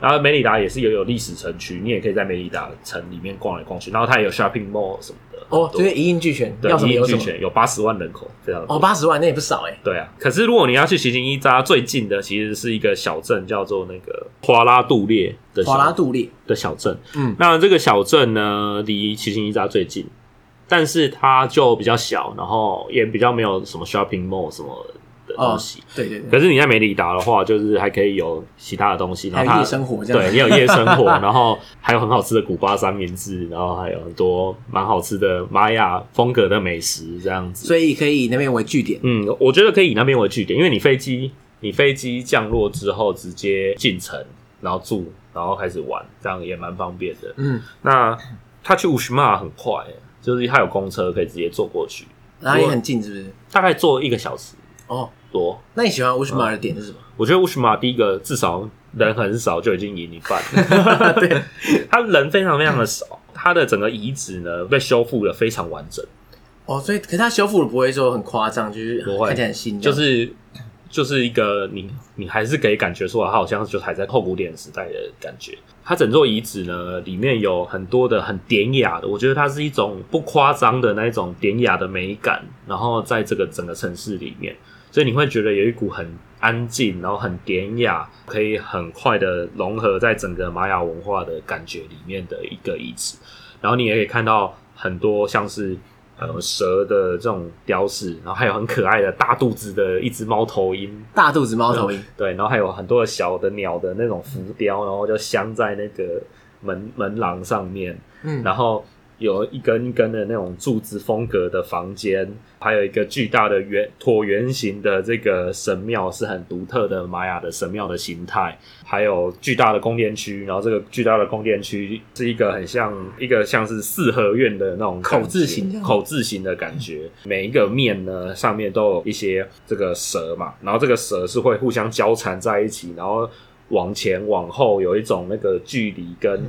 S2: 然后梅里达也是有有历史城区，你也可以在梅里达城里面逛来逛去，然后它也有 shopping mall 什么的。
S1: 哦，
S2: 很多
S1: 就是一应俱全，
S2: 对，
S1: 要什么
S2: 一应
S1: 有什
S2: 俱
S1: 么。
S2: 全，有八十万人口，非常多
S1: 哦，八十万那也不少哎，
S2: 对啊，可是如果你要去奇琴伊扎，最近的其实是一个小镇，叫做那个华拉杜列的小
S1: 华拉杜列，
S2: 的小镇。
S1: 嗯，
S2: 那这个小镇呢，离奇琴伊扎最近，但是它就比较小，然后也比较没有什么 shopping mall 什么的
S1: 哦
S2: 东西。
S1: 对对对，
S2: 可是你在梅里达的话，就是还可以有其他的东西，然
S1: 还
S2: 后
S1: 有
S2: 它
S1: 夜生活这样，
S2: 对，也有夜生活，然后还有很好吃的古巴三明治，然后还有很多蛮好吃的玛雅风格的美食，这样子。
S1: 所以可以以那边为据点，
S2: 嗯，我觉得可以以那边为据点，因为你飞机，你飞机降落之后直接进城，然后住，然后开始玩，这样也蛮方便的。
S1: 嗯，
S2: 那他去乌什马很快，欸就是他有公车可以直接坐过去，
S1: 然后也很近，是不是？
S2: 大概坐一个小时
S1: 哦，
S2: 多。
S1: 那你喜欢乌什马尔的点是什么？
S2: 我觉得乌什马第一个至少人很少就已经赢一半了，对， 他人非常非常的少，他的整个遗址呢被修复的非常完整。
S1: 哦，所以可是它修复的不会说很夸张，就是
S2: 不会
S1: 看起来很新这
S2: 就
S1: 样，
S2: 是就是一个你你还是可以感觉出来，它好像就还在后古典时代的感觉。它整座遗址呢，里面有很多的很典雅的，我觉得它是一种不夸张的那一种典雅的美感，然后在这个整个城市里面，所以你会觉得有一股很安静，然后很典雅，可以很快的融合在整个玛雅文化的感觉里面的一个遗址。然后你也可以看到很多像是呃蛇的这种雕饰，然后还有很可爱的大肚子的一只猫头鹰，
S1: 大肚子猫头鹰，
S2: 对，然后还有很多的小的鸟的那种浮雕，然后就镶在那个门门廊上面，
S1: 嗯，
S2: 然后有一根一根的那种柱子风格的房间，还有一个巨大的圆椭圆形的这个神庙，是很独特的玛雅的神庙的形态，还有巨大的宫殿区，然后这个巨大的宫殿区是一个很像一个像是四合院的那种感觉
S1: 口字形这样
S2: 口字形的感觉，每一个面呢上面都有一些这个蛇嘛，然后这个蛇是会互相交缠在一起，然后往前往后有一种那个距离跟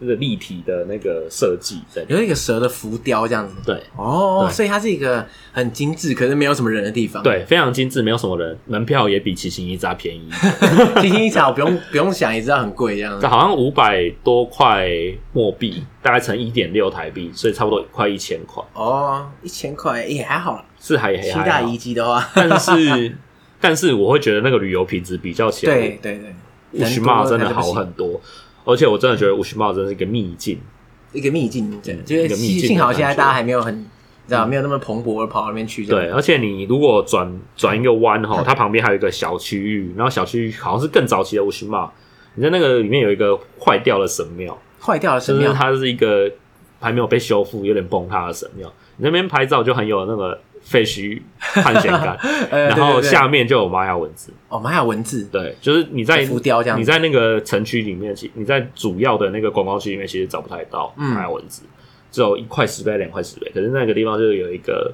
S2: 那个立体的那个设计在里面。
S1: 有一个蛇的浮雕这样子，
S2: 对
S1: 哦，
S2: 对
S1: 所以它是一个很精致，可是没有什么人的地方。，
S2: 对，非常精致，没有什么人，门票也比骑行一扎便 宜，
S1: 七星一草不用不用想也知道很贵这样
S2: 这。好像五百多块墨币，大概乘一点六台币，所以差不多快一千块，
S1: 哦，一千块也还好啦，
S2: 是还
S1: 七
S2: 还
S1: 大
S2: 还好
S1: 遗迹的话，
S2: 但是 但是我会觉得那个旅游品质比较起来，
S1: 对对对，
S2: 乌
S1: 人
S2: 什
S1: 多
S2: 茂真的
S1: 那就不
S2: 好
S1: 行
S2: 很多，而且我真的觉得乌什茂真是一个秘境，
S1: 一个秘境，对，就
S2: 嗯一
S1: 是
S2: 个秘境的
S1: 幸幸好现在
S2: 感觉嗯
S1: 大家还没有很，你知道没有那么蓬勃而跑到那边去。这样，
S2: 对，而且你如果转转一个弯哈，它旁边还有一个小区域，然后小区域好像是更早期的乌什茂，你在那个里面有一个坏掉的神庙，
S1: 坏掉了神
S2: 就是
S1: 庙，
S2: 它是一个还没有被修复、有点崩塌的神庙，你那边拍照就很有那个废墟探险感，
S1: 呃
S2: 然
S1: 对
S2: 后
S1: 对对
S2: 下面就有玛雅文字，
S1: 哦，玛雅文字，
S2: 对，就是你在
S1: 浮雕这样子
S2: 你在那个城区里面，其你在主要的那个观光区里面，其实找不太到
S1: 嗯
S2: 玛雅文字，只有一块石碑、两块石碑。可是那个地方就是有一个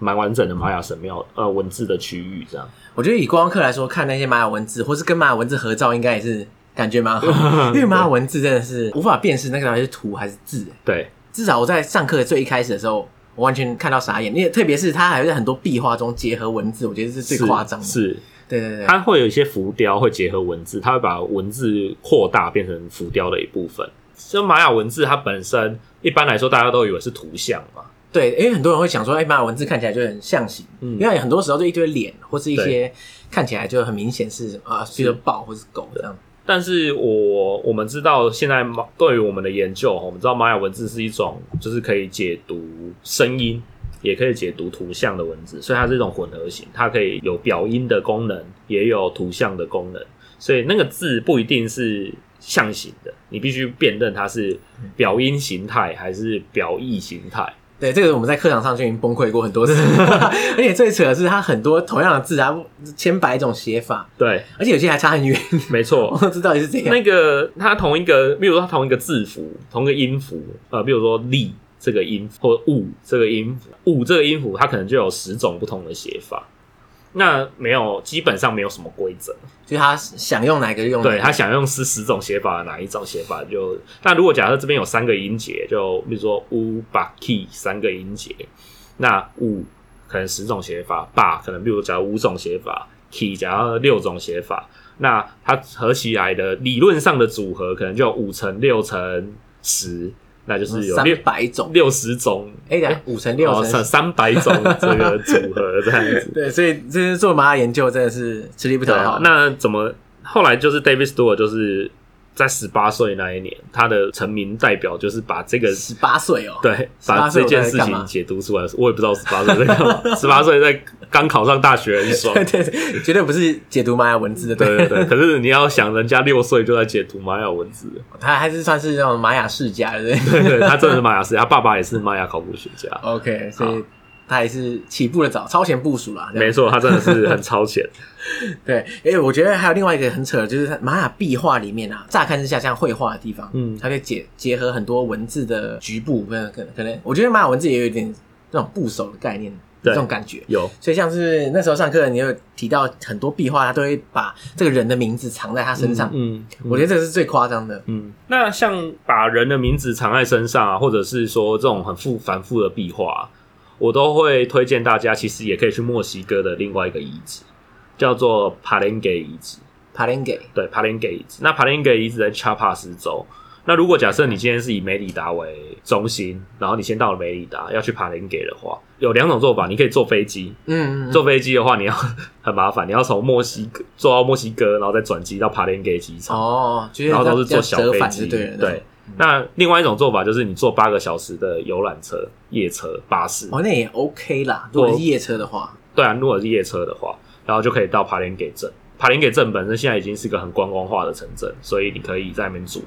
S2: 蛮完整的玛雅神庙呃文字的区域，这 样。
S1: 我觉得以观光客来说，看那些玛雅文字，或是跟玛雅文字合照，应该也是感觉蛮
S2: 嗯
S1: 好， 因为玛雅文字真的是无法辨识那个到底是图还是字。欸
S2: 对
S1: 至少我在上课最一开始的时候，我完全看到傻眼，因为特别是它还在很多壁画中结合文字，我觉得是最
S2: 是
S1: 夸张的。，
S2: 是
S1: 对对对，
S2: 它会有一些浮雕会结合文字，它会把文字扩大变成浮雕的一部分。就玛雅文字它本身，一般来说大家都以为是图像嘛，
S1: 对，因为很多人会想说，哎、玛雅文字看起来就很象形，
S2: 嗯
S1: 因为很多时候就一堆脸或是一些看起来就很明显是什么啊，比如说豹或是狗这样。
S2: 但是我我们知道，现在玛对于我们的研究，我们知道玛雅文字是一种，就是可以解读声音，也可以解读图像的文字，所以它是一种混合型，它可以有表音的功能，也有图像的功能，所以那个字不一定是象形的，你必须辨认它是表音形态还是表意形态。
S1: 对，这个我们在课堂上就已经崩溃过很多次， 而且最扯的是，它很多同样的字，它千百种写法，
S2: 对，
S1: 而且有些还差很远。
S2: 没错。
S1: 我这到
S2: 嗯
S1: 底是怎样？
S2: 那个它同一个，比如说它同一个字符，同一个音符，呃，比如说“力”这个音符或物这个音符，物这个音符它可能就有十种不同的写法。那没有，基本上没有什么规则。
S1: 就是他想用哪个就用哪
S2: 对
S1: 个。
S2: 他想用是十种写法的哪一种写法就，那如果假设这边有三个音节，就比如说 u ba ki 三个音节，那 u 可能十种写法，ba 可能比如假如五种写法，ki 假如六种写法，那它合起来的理论上的组合可能就有五乘六乘十，那就是有
S1: 三
S2: 六
S1: 百种，
S2: 六十种，哦
S1: 哎，等一下五乘六乘
S2: 三三百种这个组合这样子。
S1: 对，所以这是做玛雅研究真的是吃力不讨
S2: 对啊
S1: 好。
S2: 那怎么后来就是 David Stewart 就是在十八岁那一年，他的成名代表就是把这个
S1: 十八岁哦，
S2: 对把
S1: 18岁
S2: 这
S1: 我
S2: 件
S1: 在
S2: 事
S1: 干嘛
S2: 情解读出来。我也不知道十八岁在干 嘛，十八岁在刚考上大学很爽。
S1: 对对，绝对不是解读玛雅文字的，
S2: 对对对，可是你要想，人家六岁就在解读玛雅文字，
S1: 他还是算是那种玛雅世家，对不
S2: 对
S1: 对
S2: 对，他真的是玛雅师，他爸爸也是玛雅考古学家，
S1: 哦？OK，所以他还是起步的早，超前部署啦。这样
S2: 没错，他真的是很超 前。
S1: 对，哎、我觉得还有另外一个很扯的，就是它玛雅壁画里面啊，乍看之下像绘画的地方，
S2: 嗯
S1: 它可以结结合很多文字的局部，可能可能可能，我觉得玛雅文字也有一点那种部首的概念，
S2: 对
S1: 这种感觉。
S2: 有
S1: 所以像是那时候上课，你有提到很多壁画，它都会把这个人的名字藏在他身上，
S2: 嗯，嗯
S1: 我觉得这是最夸张的。
S2: 嗯，那像把人的名字藏在身上啊，或者是说这种很复繁复的壁画啊、我都会推荐大家，其实也可以去墨西哥的另外一个遗址，叫做帕林给遗址。
S1: 帕林给
S2: 对，帕林给遗址。那帕林给遗址在恰帕斯州。那如果假设你今天是以梅里达为中心，然后你先到了梅里达要去帕林给的话，有两种做法，你可以坐飞机。
S1: 嗯，嗯嗯
S2: 坐飞机的话，你要 很麻烦，你要从墨西哥坐到墨西哥，然后再转机到帕林给机场。
S1: 哦，就是
S2: 然后都是坐
S1: 要
S2: 小
S1: 折
S2: 飞
S1: 返
S2: 机，
S1: 就对了，嗯
S2: 对。那另外一种做法就是你坐八个小时的游览车、夜车、巴士。
S1: 哦，那也 OK 啦。如果是夜车的话，
S2: 对啊，如果是夜车的话，然后就可以到帕连给镇。帕连给镇本身现在已经是个很观光化的城镇，所以你可以在那边住。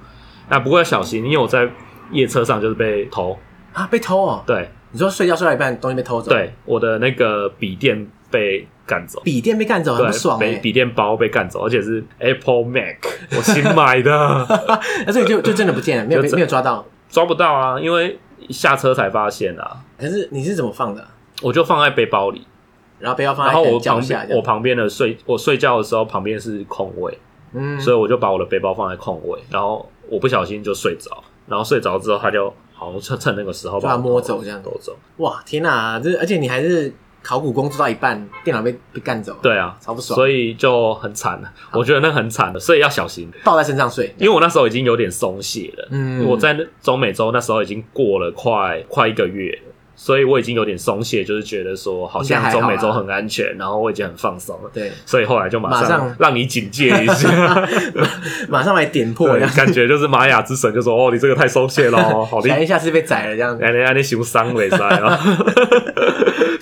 S2: 那不过要小心，因为我在夜车上就是被偷。
S1: 啊，被偷哦！
S2: 对
S1: 你说睡觉睡到一半，东西被偷走，，
S2: 对，我的那个笔电被干走。
S1: 笔电被干走，很不
S2: 对，
S1: 爽
S2: 被
S1: 哎、
S2: 笔电包被干走，而且是 Apple Mac，我新买的。
S1: 那所以就就真的不见了，没有
S2: 就
S1: 被
S2: 这
S1: 没有抓到。
S2: 抓不到啊，因为下车才发现啊，
S1: 可是你是怎么放的？
S2: 我就放在背包里，
S1: 然后背包放
S2: 然后
S1: 在
S2: 我
S1: 脚
S2: 旁
S1: 下
S2: 边
S1: 这
S2: 我
S1: 样，
S2: 旁边的睡我睡觉的时候旁边是空位，
S1: 嗯，
S2: 所以我就把我的背包放在空位，然后我不小心就睡着，然后睡着之后他就好像趁趁那个时候
S1: 把它
S2: 把
S1: 摸走这样
S2: 夺走，
S1: 哇，天哪！这而且你还是考古工作到一半，电脑被被干走，，
S2: 对啊，
S1: 超不爽
S2: 所以就很惨，我觉得那很惨，所以要小心，
S1: 抱在身上睡，
S2: 因为我那时候已经有点松懈了，
S1: 嗯
S2: 我在中美洲那时候已经过了快快一个月了。所以我已经有点松懈，就是觉得说好
S1: 应该
S2: 像
S1: 还好
S2: 中
S1: 啦
S2: 美洲很安全，然后我已经很放松了。
S1: 对，
S2: 所以后来就马
S1: 马上
S2: 上让你警戒一 下，
S1: 马上来点破，
S2: 对
S1: 然，后
S2: 感觉就是玛雅之神就说：“哦，你这个太松懈了 哦，好厉
S1: 想
S2: 害
S1: 一，下是被宰了这样子，
S2: 哎，你哎，你熊伤尾塞啊。”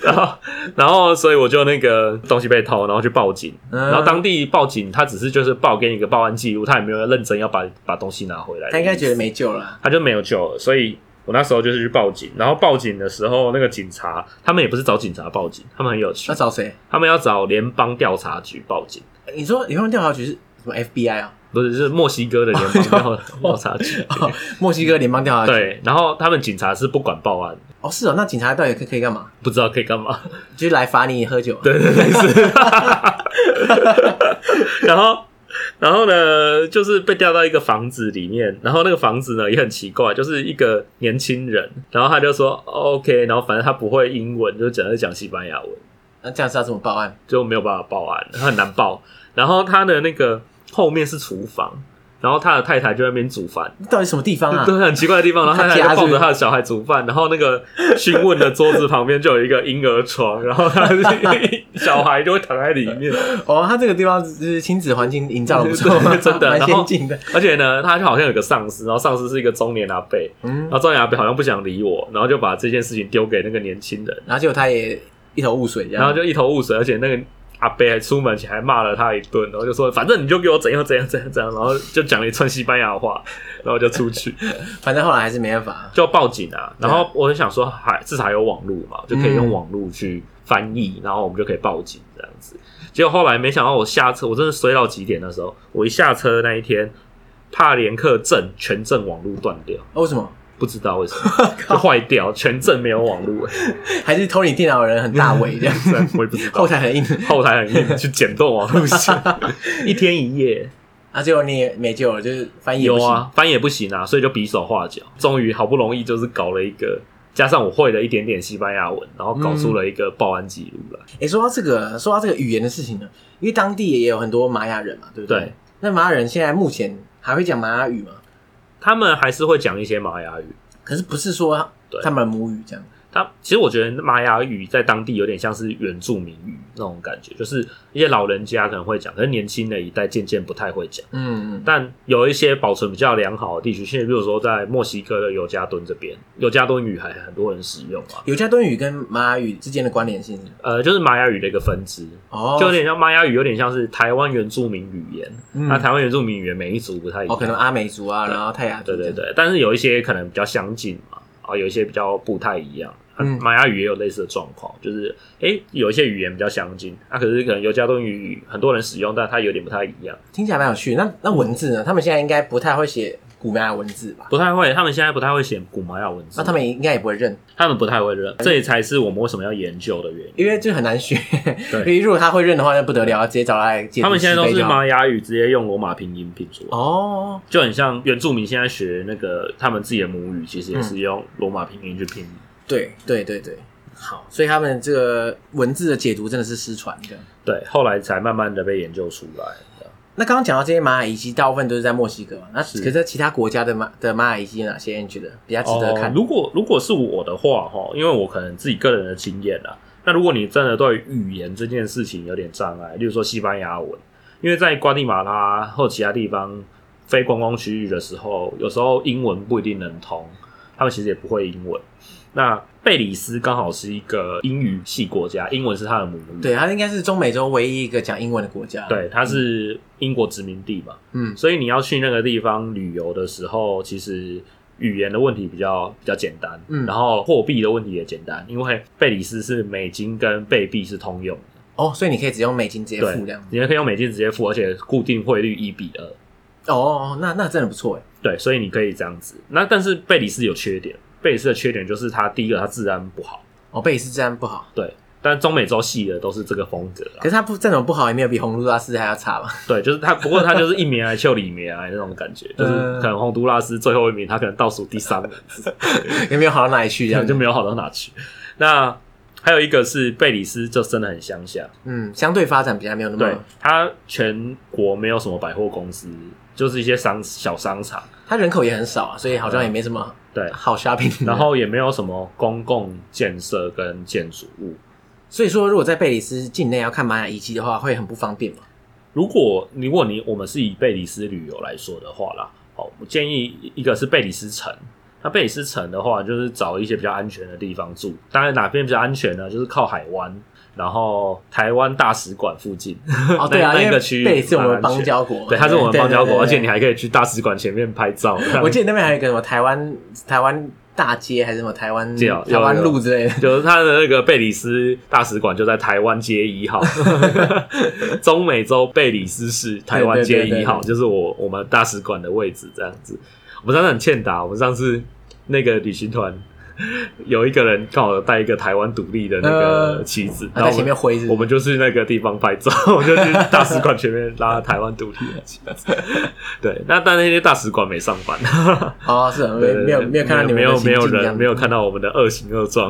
S2: 然后，然后，所以我就那个东西被偷，然后去报警。
S1: 嗯
S2: 然后当地报警，他只是就是报给你一个报案记录，他也没有认真要把把东西拿回来。
S1: 他应该觉得，没救了啊，
S2: 他就没有救了。所以我那时候就是去报警，然后报警的时候，那个警察他们也不是找警察报警，他们很有趣
S1: 要，找谁？
S2: 他们要找联邦调查局报警。
S1: 你说联邦调查局是什么 FBI 啊？
S2: 不是，是墨西哥的联邦调调查局。
S1: 哦墨西哥联邦调查局，
S2: 对，然后他们警察是不管报案，
S1: 哦，是哦，那警察到底可可以干嘛？
S2: 不知道可以干嘛。
S1: 就是来罚你喝酒，
S2: 对对对，是。 然后，然后呢，就是被调到一个房子里面，然后那个房子呢也很奇怪，就是一个年轻人，然后他就说 OK，然后反正他不会英文，就只能讲西班牙文，
S1: 那这样是要怎么报案？
S2: 就没有办法报案，很难报。然后他的那个后面是厨房，然后他的太太就在那边煮饭。
S1: 到底什么 地方啊？
S2: 对，很奇怪的地方。然后
S1: 他
S2: 他
S1: 家
S2: 还
S1: 是
S2: 抱
S1: 不是
S2: 着他的小孩煮饭，然后那个询问的桌子旁边就有一个婴儿床，然后他 小孩就会躺在里面。，
S1: 哦，他这个地方就是亲子环境营造的不错
S2: 真的
S1: 蛮
S2: 然后
S1: 先进的。
S2: 而且呢，他就好像有个上司，然后上司是一个中年阿伯，
S1: 嗯
S2: 然，后中年阿伯好像不想理我，然后就把这件事情丢给那个年轻人，
S1: 然后结果他也一头雾水，这样
S2: 然后就一头雾水，而且那个。阿伯还出门前还骂了他一顿，然后就说：“反正你就给我怎样怎样怎样怎样。”然后就讲了一串西班牙话，然后就出去。
S1: 反正后来还是没办法。
S2: 就报警啊。然后我就想说，还至少还有网络嘛，就可以
S1: 嗯
S2: 用网络去翻译，然后我们就可以报警这样子。结果后来没想到，我下车，我真的衰到极点。那时候我一下车那一天，帕连克镇全镇网络断掉，
S1: 哦，为什么？
S2: 不知道为什 么就坏掉，全镇没有网络、欸，
S1: 还是偷你电脑的人很大 尾这样
S2: 真的我也不知道。
S1: 后台很硬，
S2: 后台很硬，去剪断网 路线，一天一夜。
S1: 啊，最后你也没救了，就是翻译也不
S2: 有
S1: 行，
S2: 啊，翻译也不行啊，所以就比手画脚。终于好不容易就是搞了一个，加上我会了一点点西班牙文，然后搞出了一个报案记录来。
S1: 诶，说到这个，说到这个语言的事情呢，因为当地也有很多玛雅人嘛，对不对？
S2: 对
S1: 那玛雅人现在目前还会讲玛雅语吗？
S2: 他们还是会讲一些玛雅语。
S1: 可是不是说
S2: 对
S1: 他们母语这样？
S2: 他其实我觉得玛雅语在当地有点像是原住民语那种感觉，就是一些老人家可能会讲，可是年轻的一代渐渐不太会讲。
S1: 嗯，
S2: 但有一些保存比较良好的地区，现在比如说在墨西哥的尤加敦这边，尤加敦语还很多人使用啊。
S1: 尤加敦语跟玛雅语之间的关联性是什么
S2: 呃，就是玛雅语的一个分支，
S1: 哦，
S2: 就有点像玛雅语，有点像是台湾原住民语言。那、
S1: 嗯，
S2: 台湾原住民语言每一族不太一
S1: 哦，可能
S2: 样，
S1: 阿美族啊，
S2: 对
S1: 然后泰雅族，
S2: 对对，对，但是有一些可能比较相近嘛，啊，有一些比较不太一样。啊
S1: 嗯
S2: 玛雅语也有类似的状况，就是诶、有一些语言比较相近，啊，可是可能尤加敦语很多人使用，但它有点不太一样，
S1: 听起来蛮有趣。那那文字呢？他们现在应该不太会写古玛雅文字吧？
S2: 不太会。他们现在不太会写古玛雅文字，
S1: 那他们应该也不会认，
S2: 他们不太会认，这也才是我们为什么要研究的原因。
S1: 因为这很难学。 因为如果他会认的话，那不得了，直接找他来解。
S2: 他们现在都是？玛雅语直接用罗马拼音拼出来，
S1: 哦，
S2: 就很像原住民现在学那个他们自己的母语，其实也是用罗马拼音去拼。
S1: 对对对对，好，所以他们这个文字的解读真的是失传的。
S2: 对，后来才慢慢的被研究出来。这样
S1: 那刚刚讲到这些玛雅遗迹，大部分都是在墨西哥嘛。那
S2: 是
S1: 可是其他国家的玛的玛雅遗迹有哪些？你觉得比较值得看？
S2: 哦如果如果是我的话，哈，因为我可能自己个人的经验啦。那如果你真的对语言这件事情有点障碍，例如说西班牙文，因为在瓜地马拉或其他地方非观光区域的时候，有时候英文不一定能通，他们其实也不会英文。那贝里斯刚好是一个英语系国家，英文是他的母语，
S1: 对，它应该是中美洲唯一一个讲英文的国家。，
S2: 对，它是英国殖民地嘛，
S1: 嗯，
S2: 所以你要去那个地方旅游的时候，其实语言的问题比较比较简单，
S1: 嗯
S2: 然后货币的问题也简单，因为贝里斯是美金跟贝币是通用的，
S1: 哦，所以你可以只用美金直接
S2: 对
S1: 付这样，子。
S2: 你也可以用美金直接付，而且固定汇率一比二，
S1: 哦哦，哦那那真的不错哎。
S2: 对，所以你可以这样子。那但是贝里斯有缺点，贝里斯的缺点就是它第一个它治安不好，
S1: 哦，贝里斯治安不好，
S2: 对。但中美洲系的都是这个风格啊啦，
S1: 可是它不这种不好也没有比洪都拉斯还要差吧？
S2: 对，就是它。不过它就是一棉挨就里棉啊 挨那种感觉，就是可能洪都拉斯最后一名，它可能倒数第三名，
S1: 也没有好到哪里去这
S2: 这
S1: 样
S2: 样
S1: 子
S2: 就。没有好到哪去。那还有一个是贝里斯，就真的很乡下，
S1: 嗯，相对发展比较没有那
S2: 对
S1: 么，
S2: 它全国没有什么百货公司，就是一些商小商场，
S1: 它人口也很少啊，所以好像也没什么
S2: 对，啊
S1: 好 shopping 的。
S2: 然后也没有什么公共建设跟建筑物。
S1: 所以说，如果在贝里斯境内要看玛雅遗迹的话，会很不方便嘛？
S2: 如果如果你我们是以贝里斯旅游来说的话啦，好，我建议一个是贝里斯城。那贝里斯城的话，就是找一些比较安全的地方住。当然，哪边比较安全呢？就是靠海湾，然后台湾大使馆附近。
S1: 哦，对啊，
S2: 那
S1: 因
S2: 那
S1: 为
S2: 个区域
S1: 贝里斯我们
S2: 蛮安
S1: 邦
S2: 全
S1: 交国嘛，
S2: 哦对，它是我们邦交国，而且你
S1: 还，
S2: 还可以去大使馆前面拍照。
S1: 我记得那边还有一个什么台湾台湾大街还是什么台湾
S2: 街哦
S1: 台湾路之类的，
S2: 就是它的那个贝里斯大使馆就在台湾街一 号，中美洲贝里斯市台湾街一号，
S1: 对对对对
S2: 就是我我们大使馆的位置这样子。我们上次很欠打，我们上次那个旅行团有一个人刚好带一个台湾独立的那个
S1: 呃
S2: 旗子，
S1: 啊
S2: 然后
S1: 在前面挥是不是
S2: 我们就去那个地方拍照，我就去大使馆前面拉台湾独立的旗子。对，那但那些大使馆没上班。
S1: 哦，是啊没
S2: 对对
S1: 没有
S2: 对
S1: 没有看到你们
S2: 没有
S1: 的
S2: 没有
S1: 行径这
S2: 人
S1: 样
S2: 没有看到我们的恶行恶 状。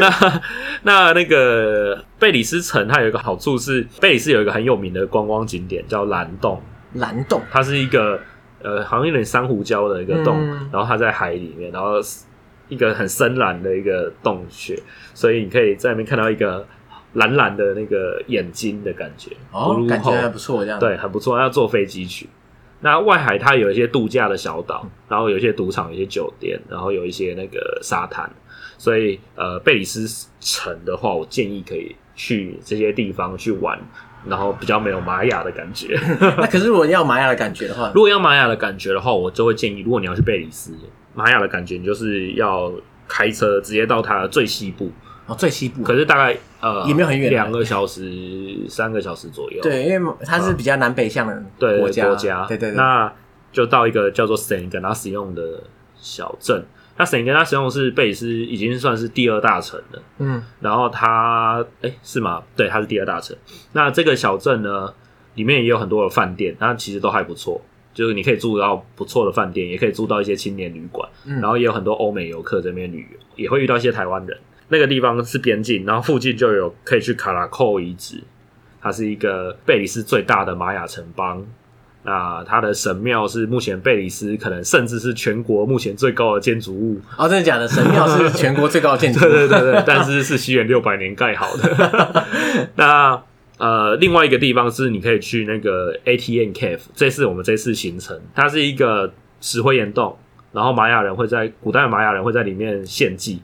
S2: 那那那个贝里斯城，它有一个好处是，贝里斯有一个很有名的观光景点叫蓝洞，
S1: 蓝洞，
S2: 它是一个呃好像有点珊瑚礁的一个洞，
S1: 嗯
S2: 然后它在海里面，然后是一个很深蓝的一个洞穴，所以你可以在那边看到一个蓝蓝的那个眼睛的感觉，
S1: 哦
S2: 咕噜，
S1: 感觉
S2: 吼
S1: 还不错这样，，
S2: 对，很不错，要坐飞机去。那外海它有一些度假的小岛，然后有一些赌场、有一些酒店，然后有一些那个沙滩，所以呃，贝里斯城的话，我建议可以去这些地方去玩，然后比较没有玛雅的感觉。
S1: 那可是如果要玛雅的感觉的话，
S2: 如果要玛雅的感觉的话，我就会建议，如果你要去贝里斯，玛雅的感觉你就是要开车直接到它的最西部，
S1: 哦，最西部
S2: 可是大概呃
S1: 也没有很远啊
S2: 两个小时、三个小时左右。
S1: 对，因为它是比较南北向的
S2: 对
S1: 国家，
S2: 国家，
S1: 对对对，
S2: 那就到一个叫做 San Ignacio 的小镇。那沈跟他使用是贝里斯已经算是第二大城了，
S1: 嗯，
S2: 然后它，哎、是吗？对，它是第二大城。那这个小镇呢，里面也有很多的饭店，那其实都还不错，就是你可以住到不错的饭店，也可以住到一些青年旅馆，
S1: 嗯
S2: 然后也有很多欧美游客这边旅游，也会遇到一些台湾人。那个地方是边境，然后附近就有可以去卡拉寇遗址，它是一个贝里斯最大的玛雅城邦。那它的神庙是目前贝里斯可能甚至是全国目前最高的建筑物，
S1: 哦，真的假的？神庙是全国最高的建 筑，
S2: 对对对对，但是是西元六百年盖好的。 那呃，另外一个地方是你可以去那个 ATN Cave，这是我们这次行程，它是一个石灰岩洞，然后玛雅人会在古代的玛雅人会在里面献祭，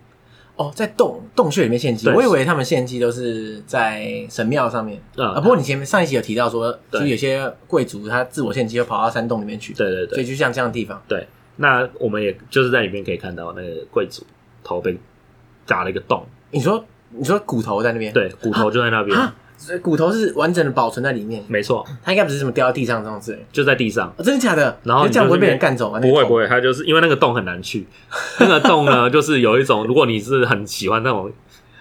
S1: 哦，在洞洞穴里面献祭，
S2: 对
S1: 我以为他们献祭都是在神庙上面。
S2: 嗯
S1: 啊，不过你前面上一集有提到说，
S2: 对
S1: 就是有些贵族他自我献祭，又跑到山洞里面去，
S2: 对对
S1: 所以
S2: 对，
S1: 就像这样的地方，
S2: 那我们也就是在里面可以看到那个贵族头被打了一个洞，
S1: 你说你说骨头在那边，
S2: 对，骨头就在那边，
S1: 啊，所以骨头是完整的保存在里面，
S2: 没错，
S1: 它应该不是什么掉到地上这种之类的。
S2: 就在地上。
S1: 哦真的假的？
S2: 然后
S1: 可
S2: 你
S1: 是这
S2: 就
S1: 样不会
S2: 是
S1: 被
S2: 那
S1: 人干走啊吗？
S2: 不会不
S1: 会，
S2: 会，它就是因为那个洞很难去，那个洞呢，就是有一种如果你是很喜欢那种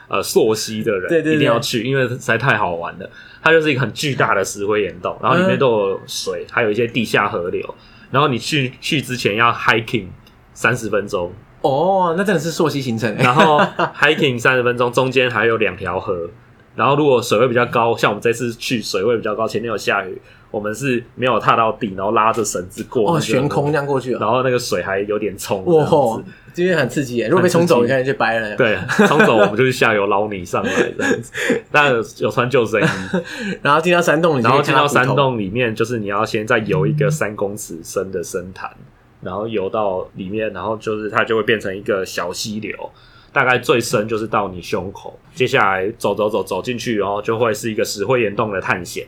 S2: 呃溯溪的人，
S1: 对对对
S2: 一定要去，因为实在太好玩了。它就是一个很巨大的石灰岩洞，然后里面
S1: 嗯
S2: 都有水，还有一些地下河流。然后你去去之前要 hiking 三十分钟，
S1: 哦，那真的是溯溪行程欸。
S2: 然 后 hiking 三十分钟，中间还有两条河。然后如果水位比较高，像我们这次去水位比较高，前面有下雨，我们是没有踏到地，然后拉着绳子过那
S1: 哦，
S2: 个
S1: 悬空这样过去哦，
S2: 然后那个水还有点冲，
S1: 哇
S2: 这样
S1: 吼
S2: 子，
S1: 这边很刺激耶！如果被
S2: 很刺
S1: 冲走，
S2: 激
S1: 你看就掰了。，
S2: 对，冲走我们就去下游捞你上来这样子。但有穿救生衣，
S1: 然后进到山洞里，
S2: 然后进
S1: 进
S2: 到山，洞里面，就是你要先再游一个三公尺深的深潭，然后游到里面，然后就是它就会变成一个小溪流。大概最深就是到你胸口，接下来走走走走进去，然后就会是一个石灰岩洞的探险，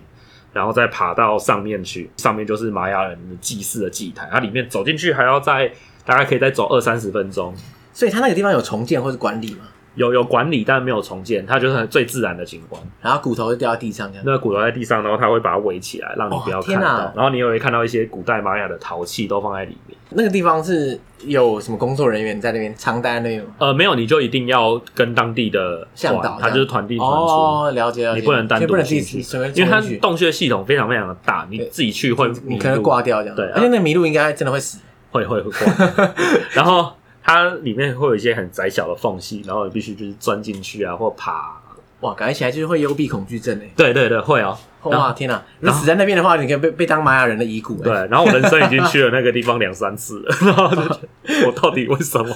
S2: 然后再爬到上面去，上面就是玛雅人的祭祀的祭坛，它里面走进去还要再大概可以再走二三十分钟，
S1: 所以它那个地方有重建或是管理嘛？
S2: 有有管理，但没有重建，它就是很最自然的景观。
S1: 然后骨头就掉到地上这样。
S2: 那个骨头在地上，然后它会把它围起来，让你不要
S1: 哇
S2: 看
S1: 哦天
S2: 到。
S1: 哪
S2: 然后你也会看到一些古代玛雅的陶器都放在里面。
S1: 那个地方是有什么工作人员在那边常待在那边吗？
S2: 呃，没有，你就一定要跟当地的
S1: 向导
S2: 团，
S1: 这
S2: 它
S1: 样
S2: 就是团地团出。
S1: 哦，了解了解，
S2: 你不能单独
S1: 所以不能自己
S2: 进去
S1: 随便
S2: 因为它
S1: 冲进去，
S2: 洞穴系统非常非常的大，你
S1: 对
S2: 自己去会
S1: 你
S2: 迷
S1: 可能
S2: 路
S1: 挂掉这样。
S2: 对啊
S1: 而且那个麋鹿应该真的会死。
S2: 会会会挂。然后它里面会有一些很窄小的缝隙，然后你必须就是钻进去啊，或爬。
S1: 哇，感觉起来就是会幽闭恐惧症哎。
S2: 对对对，会哦。然后
S1: 哇，天哪！如果死在那边的话，你可以被被当玛雅人的遗骨。欸
S2: 对，，然后我人生已经去了那个地方两三次了，然后就觉得我到底为什么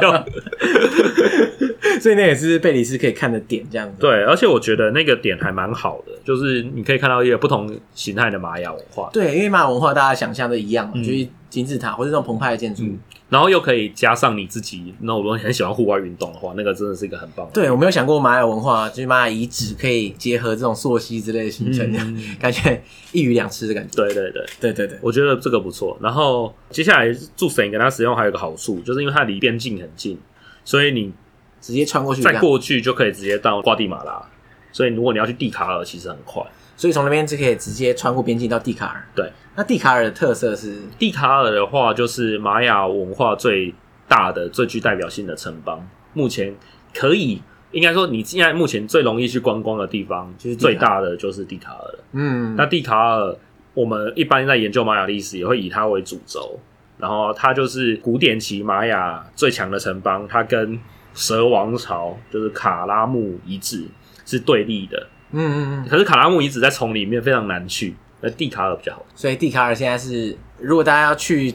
S2: 要？
S1: 所以那也是贝里斯可以看的点，这样子。
S2: 对，而且我觉得那个点还蛮好的，就是你可以看到一个不同形态的玛雅文化，
S1: 对，因为玛雅文化大家想象的一样嘛，
S2: 嗯
S1: 就是金字塔或者那种澎湃的建筑。
S2: 嗯然后又可以加上你自己。那如果你很喜欢户外运动的话，那个真的是一个很棒的。
S1: 对，我没有想过玛雅文化，就是玛雅遗址可以结合这种溯溪之类的行程，
S2: 嗯
S1: 感觉一鱼两吃的感觉。
S2: 对对对，
S1: 对对对，
S2: 我觉得这个不错。然后接下来住神跟它使用还有一个好处，就是因为它离边境很近，所以你
S1: 直接穿过去这
S2: 再
S1: 样，
S2: 过去就可以直接到瓜地马拉。所以如果你要去蒂卡尔，其实很快。
S1: 所以从那边就可以直接穿过边境到蒂卡尔。
S2: 对，
S1: 那蒂卡尔的特色是
S2: 蒂卡尔的话，就是玛雅文化最大的、最具代表性的城邦。目前可以应该说，你现在目前最容易去观光的地方，
S1: 就是蒂卡尔
S2: 最大的就是蒂卡尔了。
S1: 嗯
S2: 那，蒂卡尔，我们一般在研究玛雅历史，也会以它为主轴。然后它就是古典期玛雅最强的城邦，它跟蛇王朝就是卡拉木遗址是对立的。
S1: 嗯嗯嗯，
S2: 可是卡拉木遗址在丛里面非常难去，而蒂卡尔比较好。
S1: 所以蒂卡尔现在是，如果大家要去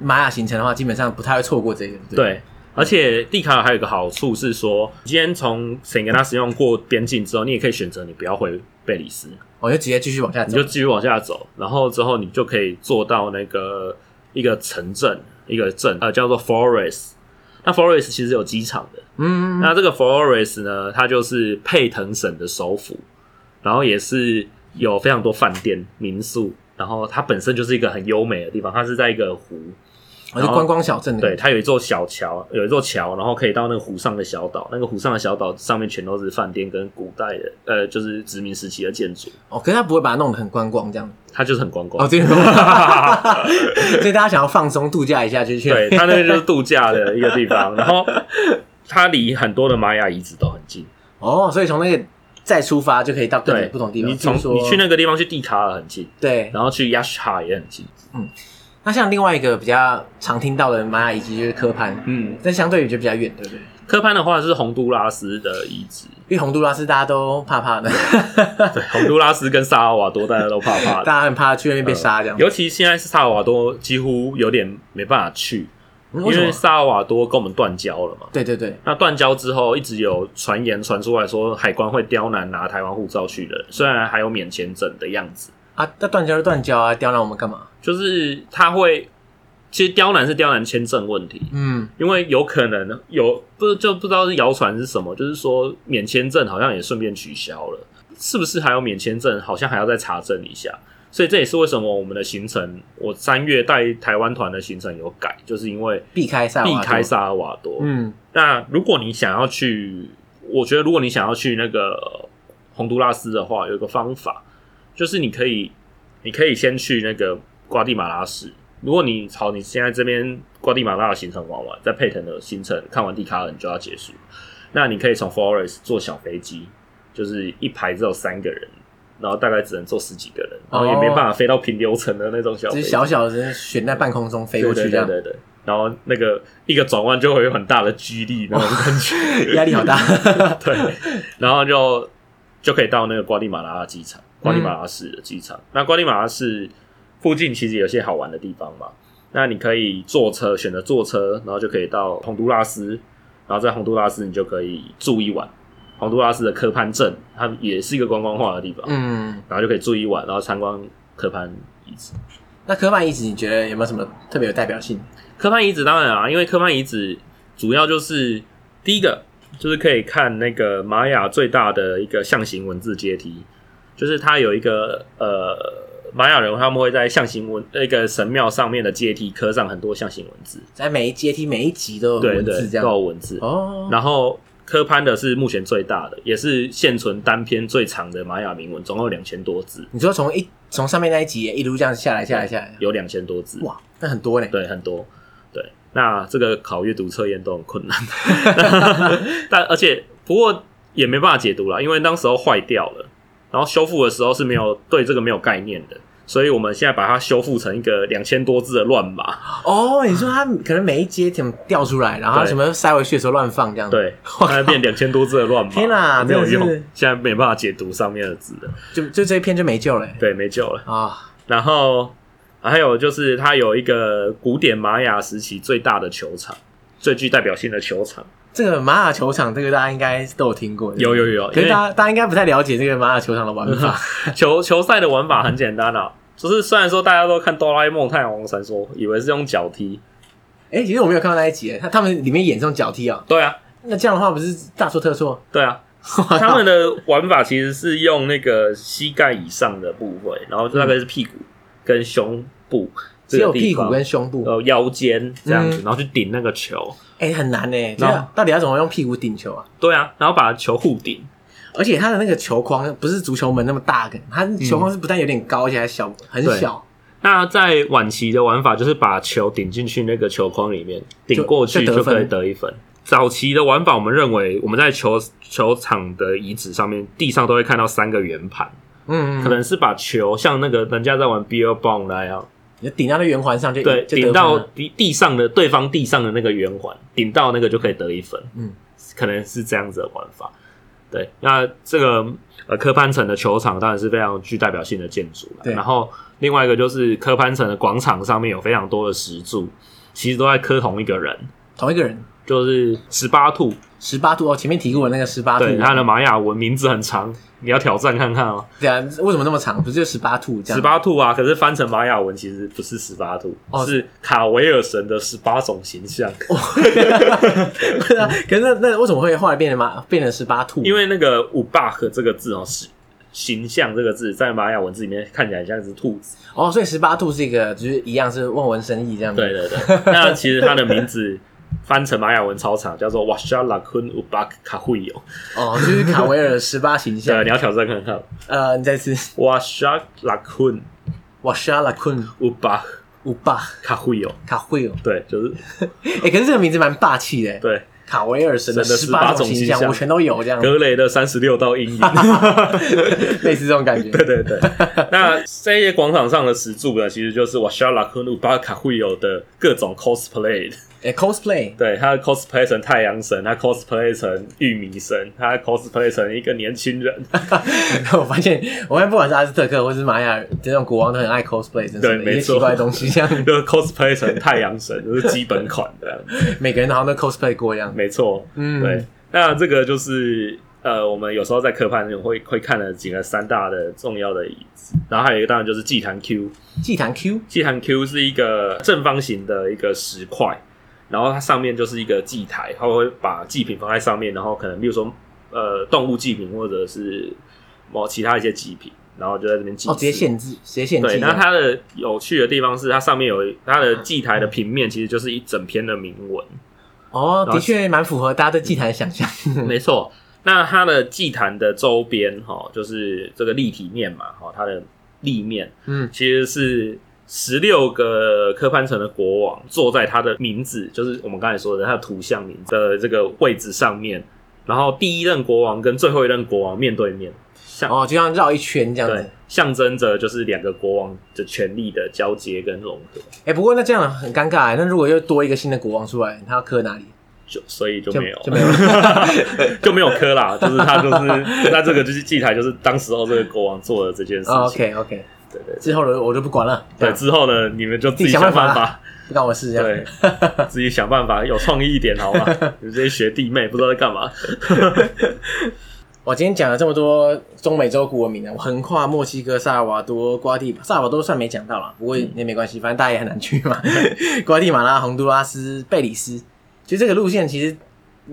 S1: 玛雅行程的话，基本上不太会错过这个。不，
S2: 对，而且蒂卡尔还有一个好处是说，你今天从圣格纳使用过边境之后，你也可以选择你不要回贝里斯，
S1: 哦我就直接继续往下
S2: 你
S1: 走
S2: 就。继续往下走，然后之后你就可以坐到那个一个城镇，一个镇呃叫做 Forest。那 Forest 其实有机场的，
S1: 嗯，
S2: 那这个 Forest 呢，它就是佩腾省的首府，然后也是有非常多饭店、民宿，然后它本身就是一个很优美的地方，它是在一个湖，
S1: 而且观光小镇的
S2: 对，，它有一座小桥，有一座桥，然后可以到那个湖上的小岛。那个湖上的小岛上面全都是饭店跟古代的，呃，就是殖民时期的建筑，
S1: 哦，可是他不会把它弄得很观光这样。
S2: 它就是很观光。
S1: 哦， 这个，所以大家想要放松度假一下，就去
S2: 对，它那边就是度假的一个地方，然 后它离很多的玛雅遗址都很近。
S1: 哦，所以从那个再出发就可以到各
S2: 对，
S1: 种不同地方。
S2: 你从
S1: 比如说
S2: 你去那个地方去蒂卡尔很近，
S1: 对，
S2: 然后去亚什哈也很近。
S1: 那像另外一个比较常听到的玛雅遗迹就是科潘，
S2: 嗯，
S1: 但相对于就比较远，对不对？
S2: 科潘的话是洪都拉斯的遗址，
S1: 因为洪都拉斯大家都怕怕的，
S2: 对，洪都拉斯跟萨尔瓦多大家都怕怕
S1: 大
S2: 的。
S1: 家很怕去那边
S2: 呃
S1: 被杀这样。
S2: 尤其现在是萨尔瓦多几乎有点没办法去，
S1: 嗯
S2: 因
S1: 为什
S2: 为
S1: 么？
S2: 萨尔瓦多跟我们断交了嘛。
S1: 对对对，
S2: 那断交之后，一直有传言传出来说海关会刁难拿台湾护照去的人，虽然还有免签证的样子，
S1: 啊，那断交就断交啊，刁难我们干嘛？
S2: 就是他会，其实刁难是刁难签证问题，
S1: 嗯，
S2: 因为有可能有不就不知道是谣传是什么，就是说免签证好像也顺便取消了，是不是还有免签证？好像还要再查证一下。所以这也是为什么我们的行程，我三月带台湾团的行程有改，就是因为
S1: 避开萨瓦
S2: 避
S1: 多
S2: 开，萨尔瓦多。
S1: 嗯，
S2: 那如果你想要去，我觉得如果你想要去那个洪都拉斯的话，有一个方法，就是你可以，你可以先去那个瓜地马拉市。如果你朝你现在这边瓜地马拉的行程玩完，在佩腾的行程看完蒂卡尔，你就要结束。那你可以从 Forest 坐小飞机，就是一排只有三个人，然后大概只能坐十几个人，然后也没办法飞到平流层的那种小
S1: 只
S2: 飞
S1: 是
S2: 机。
S1: 小小的悬在半空中飞过去这样，
S2: 对对对对对然后那个一个转弯就会有很大的激励那种感 觉，。
S1: 压力好大。
S2: 对，然后就就可以到那个瓜地马拉机
S1: 嗯
S2: 场，瓜地马拉市的机场。那瓜地马拉市附近其实有些好玩的地方嘛，那你可以坐车，选择坐车，然后就可以到洪都拉斯，然后在洪都拉斯你就可以住一晚。洪都拉斯的科潘镇，它也是一个观光化的地方，
S1: 嗯，
S2: 然后就可以住一晚，然后参观科潘遗址。
S1: 那科曼遗址你觉得有没有什么特别有代表性？
S2: 科潘遗址当然啊，因为科潘遗址主要就是第一个就是可以看那个玛雅最大的一个象形文字阶梯，就是它有一个呃玛雅人他们会在象形文那个神庙上面的阶梯刻上很多象形文字，
S1: 在每一阶梯每一集都有
S2: 对
S1: 文
S2: 对
S1: 字这，样
S2: 都。有文字。
S1: 哦，
S2: 然后科潘的是目前最大的，也是现存单篇最长的玛雅铭文，总共有两千多字，
S1: 你说从一从上面那一集一路这样下来下来下来，
S2: 有两千多字。
S1: 哇，那很多呢。
S2: 对，很多。对，那这个考阅读测验都很困难， 但而且不过也没办法解读啦，因为当时候坏掉了，然后修复的时候是没有对这个没有概念的，所以我们现在把它修复成一个两千多字的乱 码。
S1: 哦，你说它可能每一阶怎么掉出来，然后它
S2: 对
S1: 什么塞回去的时候乱放这样，，
S2: 对，
S1: 哇
S2: 现在变两千多字的乱码，
S1: 天哪
S2: 没有
S1: 真的
S2: 用
S1: 是，
S2: 现在没办法解读上面的字了，
S1: 就就这一片就没救了欸
S2: 对，没救了。
S1: 啊。
S2: 然后还有就是，它有一个古典玛雅时期最大的球场，最具代表性的球场。
S1: 这个玛雅球场，这个大家应该都有听过，对不
S2: 有
S1: 对
S2: 有有，
S1: 可
S2: 因
S1: 是
S2: 为
S1: 大家大家应该不太了解这个玛雅球场的玩法，
S2: 球球赛的玩法很简单啊，就是虽然说大家都看哆啦 A 梦太阳王传说，以为是用脚踢，
S1: 哎，其实我没有看到那一集耶，他他们里面演这种脚踢啊，
S2: 对啊，
S1: 那这样的话不是大错特错？
S2: 对啊， 他们的玩法其实是用那个膝盖以上的部位，然后就大概是屁股跟胸部
S1: 只
S2: 这
S1: 有
S2: 个
S1: 屁
S2: 地
S1: 股
S2: 方，
S1: 跟胸部，
S2: 呃腰间这样子，
S1: 嗯
S2: 然后去顶那个球，
S1: 哎，很难呢。这
S2: 然后
S1: 个到底要怎么用屁股顶球啊？
S2: 对啊，然后把球互顶，
S1: 而且它的那个球框不是足球门那么大个，它球框是不但有点高，而且还小，很
S2: 对
S1: 小，
S2: 那在晚期的玩法就是把球顶进去那个球框里面，顶过去
S1: 就就得
S2: 就
S1: 分
S2: 可以得一分。早期的玩法，我们认为我们在球
S1: 嗯
S2: 球场的遗址上面，地上都会看到三个圆盘，
S1: 嗯，
S2: 可能是把球像那个人家在玩 beer bong 那样，
S1: 你顶到那圆环上就
S2: 对，
S1: 就得分啊
S2: 顶到
S1: 了
S2: 地地上的对方地上的那个圆环，顶到那个就可以得一分。
S1: 嗯，
S2: 可能是这样子的玩法。对，那这个呃科潘城的球场当然是非常具代表性的建筑了。
S1: 对
S2: 然后另外一个就是科潘城的广场上面有非常多的石柱，其实都在磕同一个人，
S1: 同一个人
S2: 就是十八兔。
S1: 十八度哦，前面提过的那个十八度，
S2: 对，他的玛雅文名字很长，你要挑战看看哦。
S1: 对啊，为什么那么长？不是就十八度这样？
S2: 十八兔啊，可是翻成玛雅文其实不是十八兔，
S1: 哦
S2: 是卡维尔神的十八种形象。
S1: 对 啊，可是那那为什么会后来变成嘛变成十八度？
S2: 因为那个五 bug 这个字哦，是形象这个字在玛雅文字里面看起来像一只兔子。
S1: 哦，所以十八兔是一个，就是一样是望文生义这样子。
S2: 对对对， 那其实它的名字翻成玛雅文超长，叫做 Washala Kun Ubak Kahuyo。
S1: 哦，就是卡维 尔十八形
S2: 对，
S1: 象
S2: 你。要挑战看看
S1: 呃，你再次
S2: Washala Kun
S1: w a s h a l a kun
S2: Ubak
S1: uba
S2: Kahuyo。
S1: 卡惠哦。
S2: 对，就是
S1: 哎、可是这个名字蛮霸气的，
S2: 对
S1: 卡维尔神的
S2: 神的
S1: 十八
S2: 18种
S1: 形
S2: 形象
S1: 我全都有这样，
S2: 格雷的三十六道阴影。
S1: 类似这种感觉。
S2: 对对对，那这些广场上的石柱呢，其实就是 Washala Kun Ubak Kahuyo 的各种 cosplay
S1: 哎、c o s p l a y
S2: 对，他 cosplay 成太阳神，他 cosplay 成玉米神，他 cosplay 成一个年轻人。
S1: 我发现，我发现不管是阿兹特克或是玛雅这种国王，都很爱 cosplay 这
S2: 对
S1: 种
S2: 没
S1: 一些
S2: 错
S1: 奇怪的东西，这样
S2: 就 cosplay 成太阳神，就是基本款的，
S1: 每个人好像都 cosplay 过一样。
S2: 没错。
S1: 嗯，
S2: 对，，那这个就是呃，我们有时候在科幻里面会会看的几个三大的重要的椅子，然后还有一个当然就是祭坛 Q，
S1: 祭坛 Q
S2: 祭坛 Q 是一个正方形的一个石块，然后它上面就是一个祭台，它会把祭品放在上面，然后可能比如说呃动物祭品或者是某其他一些祭品，然后就在这边祭祀。
S1: 哦，直接限制，直接限
S2: 对，
S1: 制。
S2: 那它的有趣的地方是，它上面有它的祭台的平面，其实就是一整篇的铭文。
S1: 哦，
S2: 然后嗯
S1: 的确蛮符合大家对祭坛的 想象。
S2: 没错，那它的祭坛的周边，哈、就是这个立体面嘛，哈、它的立面
S1: 嗯，
S2: 其实是十六个科潘城的国王坐在他的名字，就是我们刚才说的他的图像名字的这个位置上面，然后第一任国王跟最后一任国王面对面，像、
S1: 哦，就像绕一圈这样
S2: 对
S1: 子。，
S2: 象征着就是两个国王的权力的交接跟融合。
S1: 哎，不过那这样很尴尬欸。那如果又多一个新的国王出来，他要磕哪里？
S2: 就所以就
S1: 就
S2: 没有
S1: 就没有了
S2: 就没有磕啦，就是他就是那这个就是祭台，就是当时候这个国王做的这件事情。
S1: 哦 OK OK，
S2: 对对
S1: 之后的我就不管了。这
S2: 对，
S1: 样
S2: 之后呢，你们就自
S1: 自己
S2: 己
S1: 想
S2: 想
S1: 办
S2: 办
S1: 法
S2: 法，
S1: 不干我事这样
S2: 对
S1: 子。，
S2: 自己想办法，有创意一点好吗？ 你们这些学弟妹不知道在干嘛。
S1: 我今天讲了这么多中美洲古文明啊，我横跨墨西哥、萨尔瓦多、瓜地萨尔瓦多算没讲到啦，不过也没关系，反正大家也很难去 嘛。瓜地马拉、洪都拉斯、贝里斯，其实这个路线其实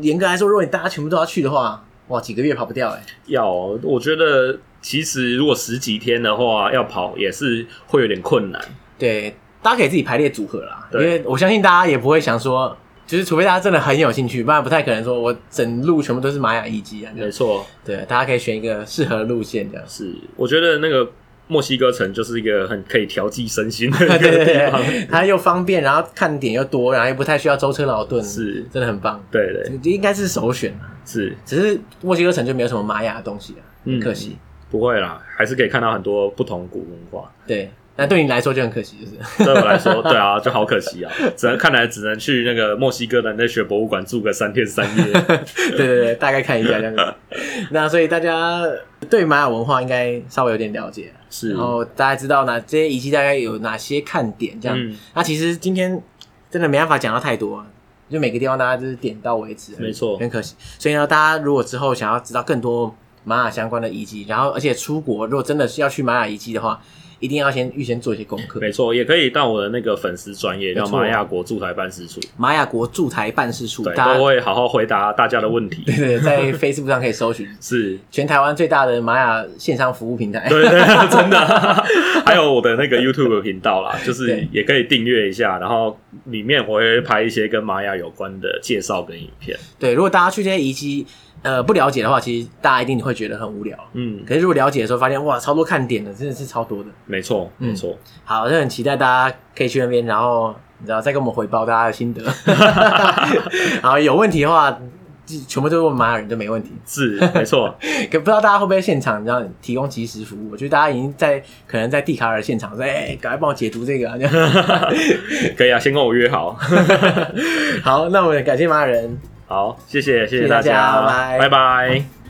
S1: 严格来说，如果你大家全部都要去的话，哇，几个月跑不掉哎、
S2: 要，哦我觉得其实如果十几天的话，要跑也是会有点困难。
S1: 对，大家可以自己排列组合啦，因
S2: 对
S1: 为我相信大家也不会想说，就是除非大家真的很有兴趣，不然不太可能说我整路全部都是玛雅遗迹啊。
S2: 没错，
S1: 对，大家可以选一个适合的路线这样。
S2: 是我觉得那个墨西哥城就是一个很可以调剂身心的
S1: 对
S2: 一
S1: 对
S2: 个地方。
S1: 对，它又方便，然后看点又多，然后又不太需要舟车劳 顿，
S2: 是，
S1: 真的很棒，
S2: 对对
S1: 这应该是首选啊。
S2: 是。
S1: 只是墨西哥城就没有什么玛雅的东西啊，很
S2: 嗯
S1: 可惜。
S2: 不会啦，还是可以看到很多不同古文化。
S1: 对，那对你来说就很可惜，就是。
S2: 对我来说，对啊，就好可惜啊，只能看来只能去那个墨西哥的那学博物馆住个三天三 夜。
S1: 对对对，大概看一下这样子。 那所以大家对玛雅文化应该稍微有点了解，啊
S2: 是
S1: 然后大家知道哪这些遗迹大概有哪些看点哦这样。
S2: 嗯
S1: 那其实今天真的没办法讲到太多，啊就每个地方大家就是点到为止，啊
S2: 没错
S1: 很可惜。所以呢，大家如果之后想要知道更多玛雅相关的遗迹，然后而且出国如果真的是要去玛雅遗迹的话，一定要先预先做一些功课。
S2: 没错，也可以到我的那个粉丝专业，
S1: 没
S2: 叫
S1: 错啊
S2: 玛雅国驻台办事处，
S1: 玛雅国驻台办事处，
S2: 对，
S1: 大家
S2: 都会好好回答大家的问题。
S1: 对 对对，在 Facebook 上可以搜寻
S2: 是，
S1: 全台湾最大的玛雅线上服务平台。
S2: 对对，真的。 还有我的那个 YouTube 频道 啦，就是
S1: 对
S2: 也可以订阅一下，然后里面我会拍一些跟玛雅有关的介绍跟影片。
S1: 对，如果大家去这些遗迹，呃，不了解的话，其实大家一定会觉得很无聊。
S2: 嗯，
S1: 可是如果了解的时候，发现哇，超多看点的，真的是超多的。
S2: 没错，
S1: 嗯
S2: 没错。
S1: 好，就很期待大家可以去那边，然后你知道再跟我们回报大家的心得。 好，有问题的话，就全部都问玛雅人就没问题。
S2: 是没错，
S1: 可不知道大家会不会现场，你知道提供及时服务？我觉得大家已经在可能在蒂卡尔现场说，哎、赶快帮我解读这个、啊。 这样
S2: 可以啊，先跟我约好。
S1: 好，那我们感谢玛雅人。
S2: 好，谢谢，谢
S1: 谢谢
S2: 大
S1: 大家
S2: 拜
S1: 拜
S2: 拜。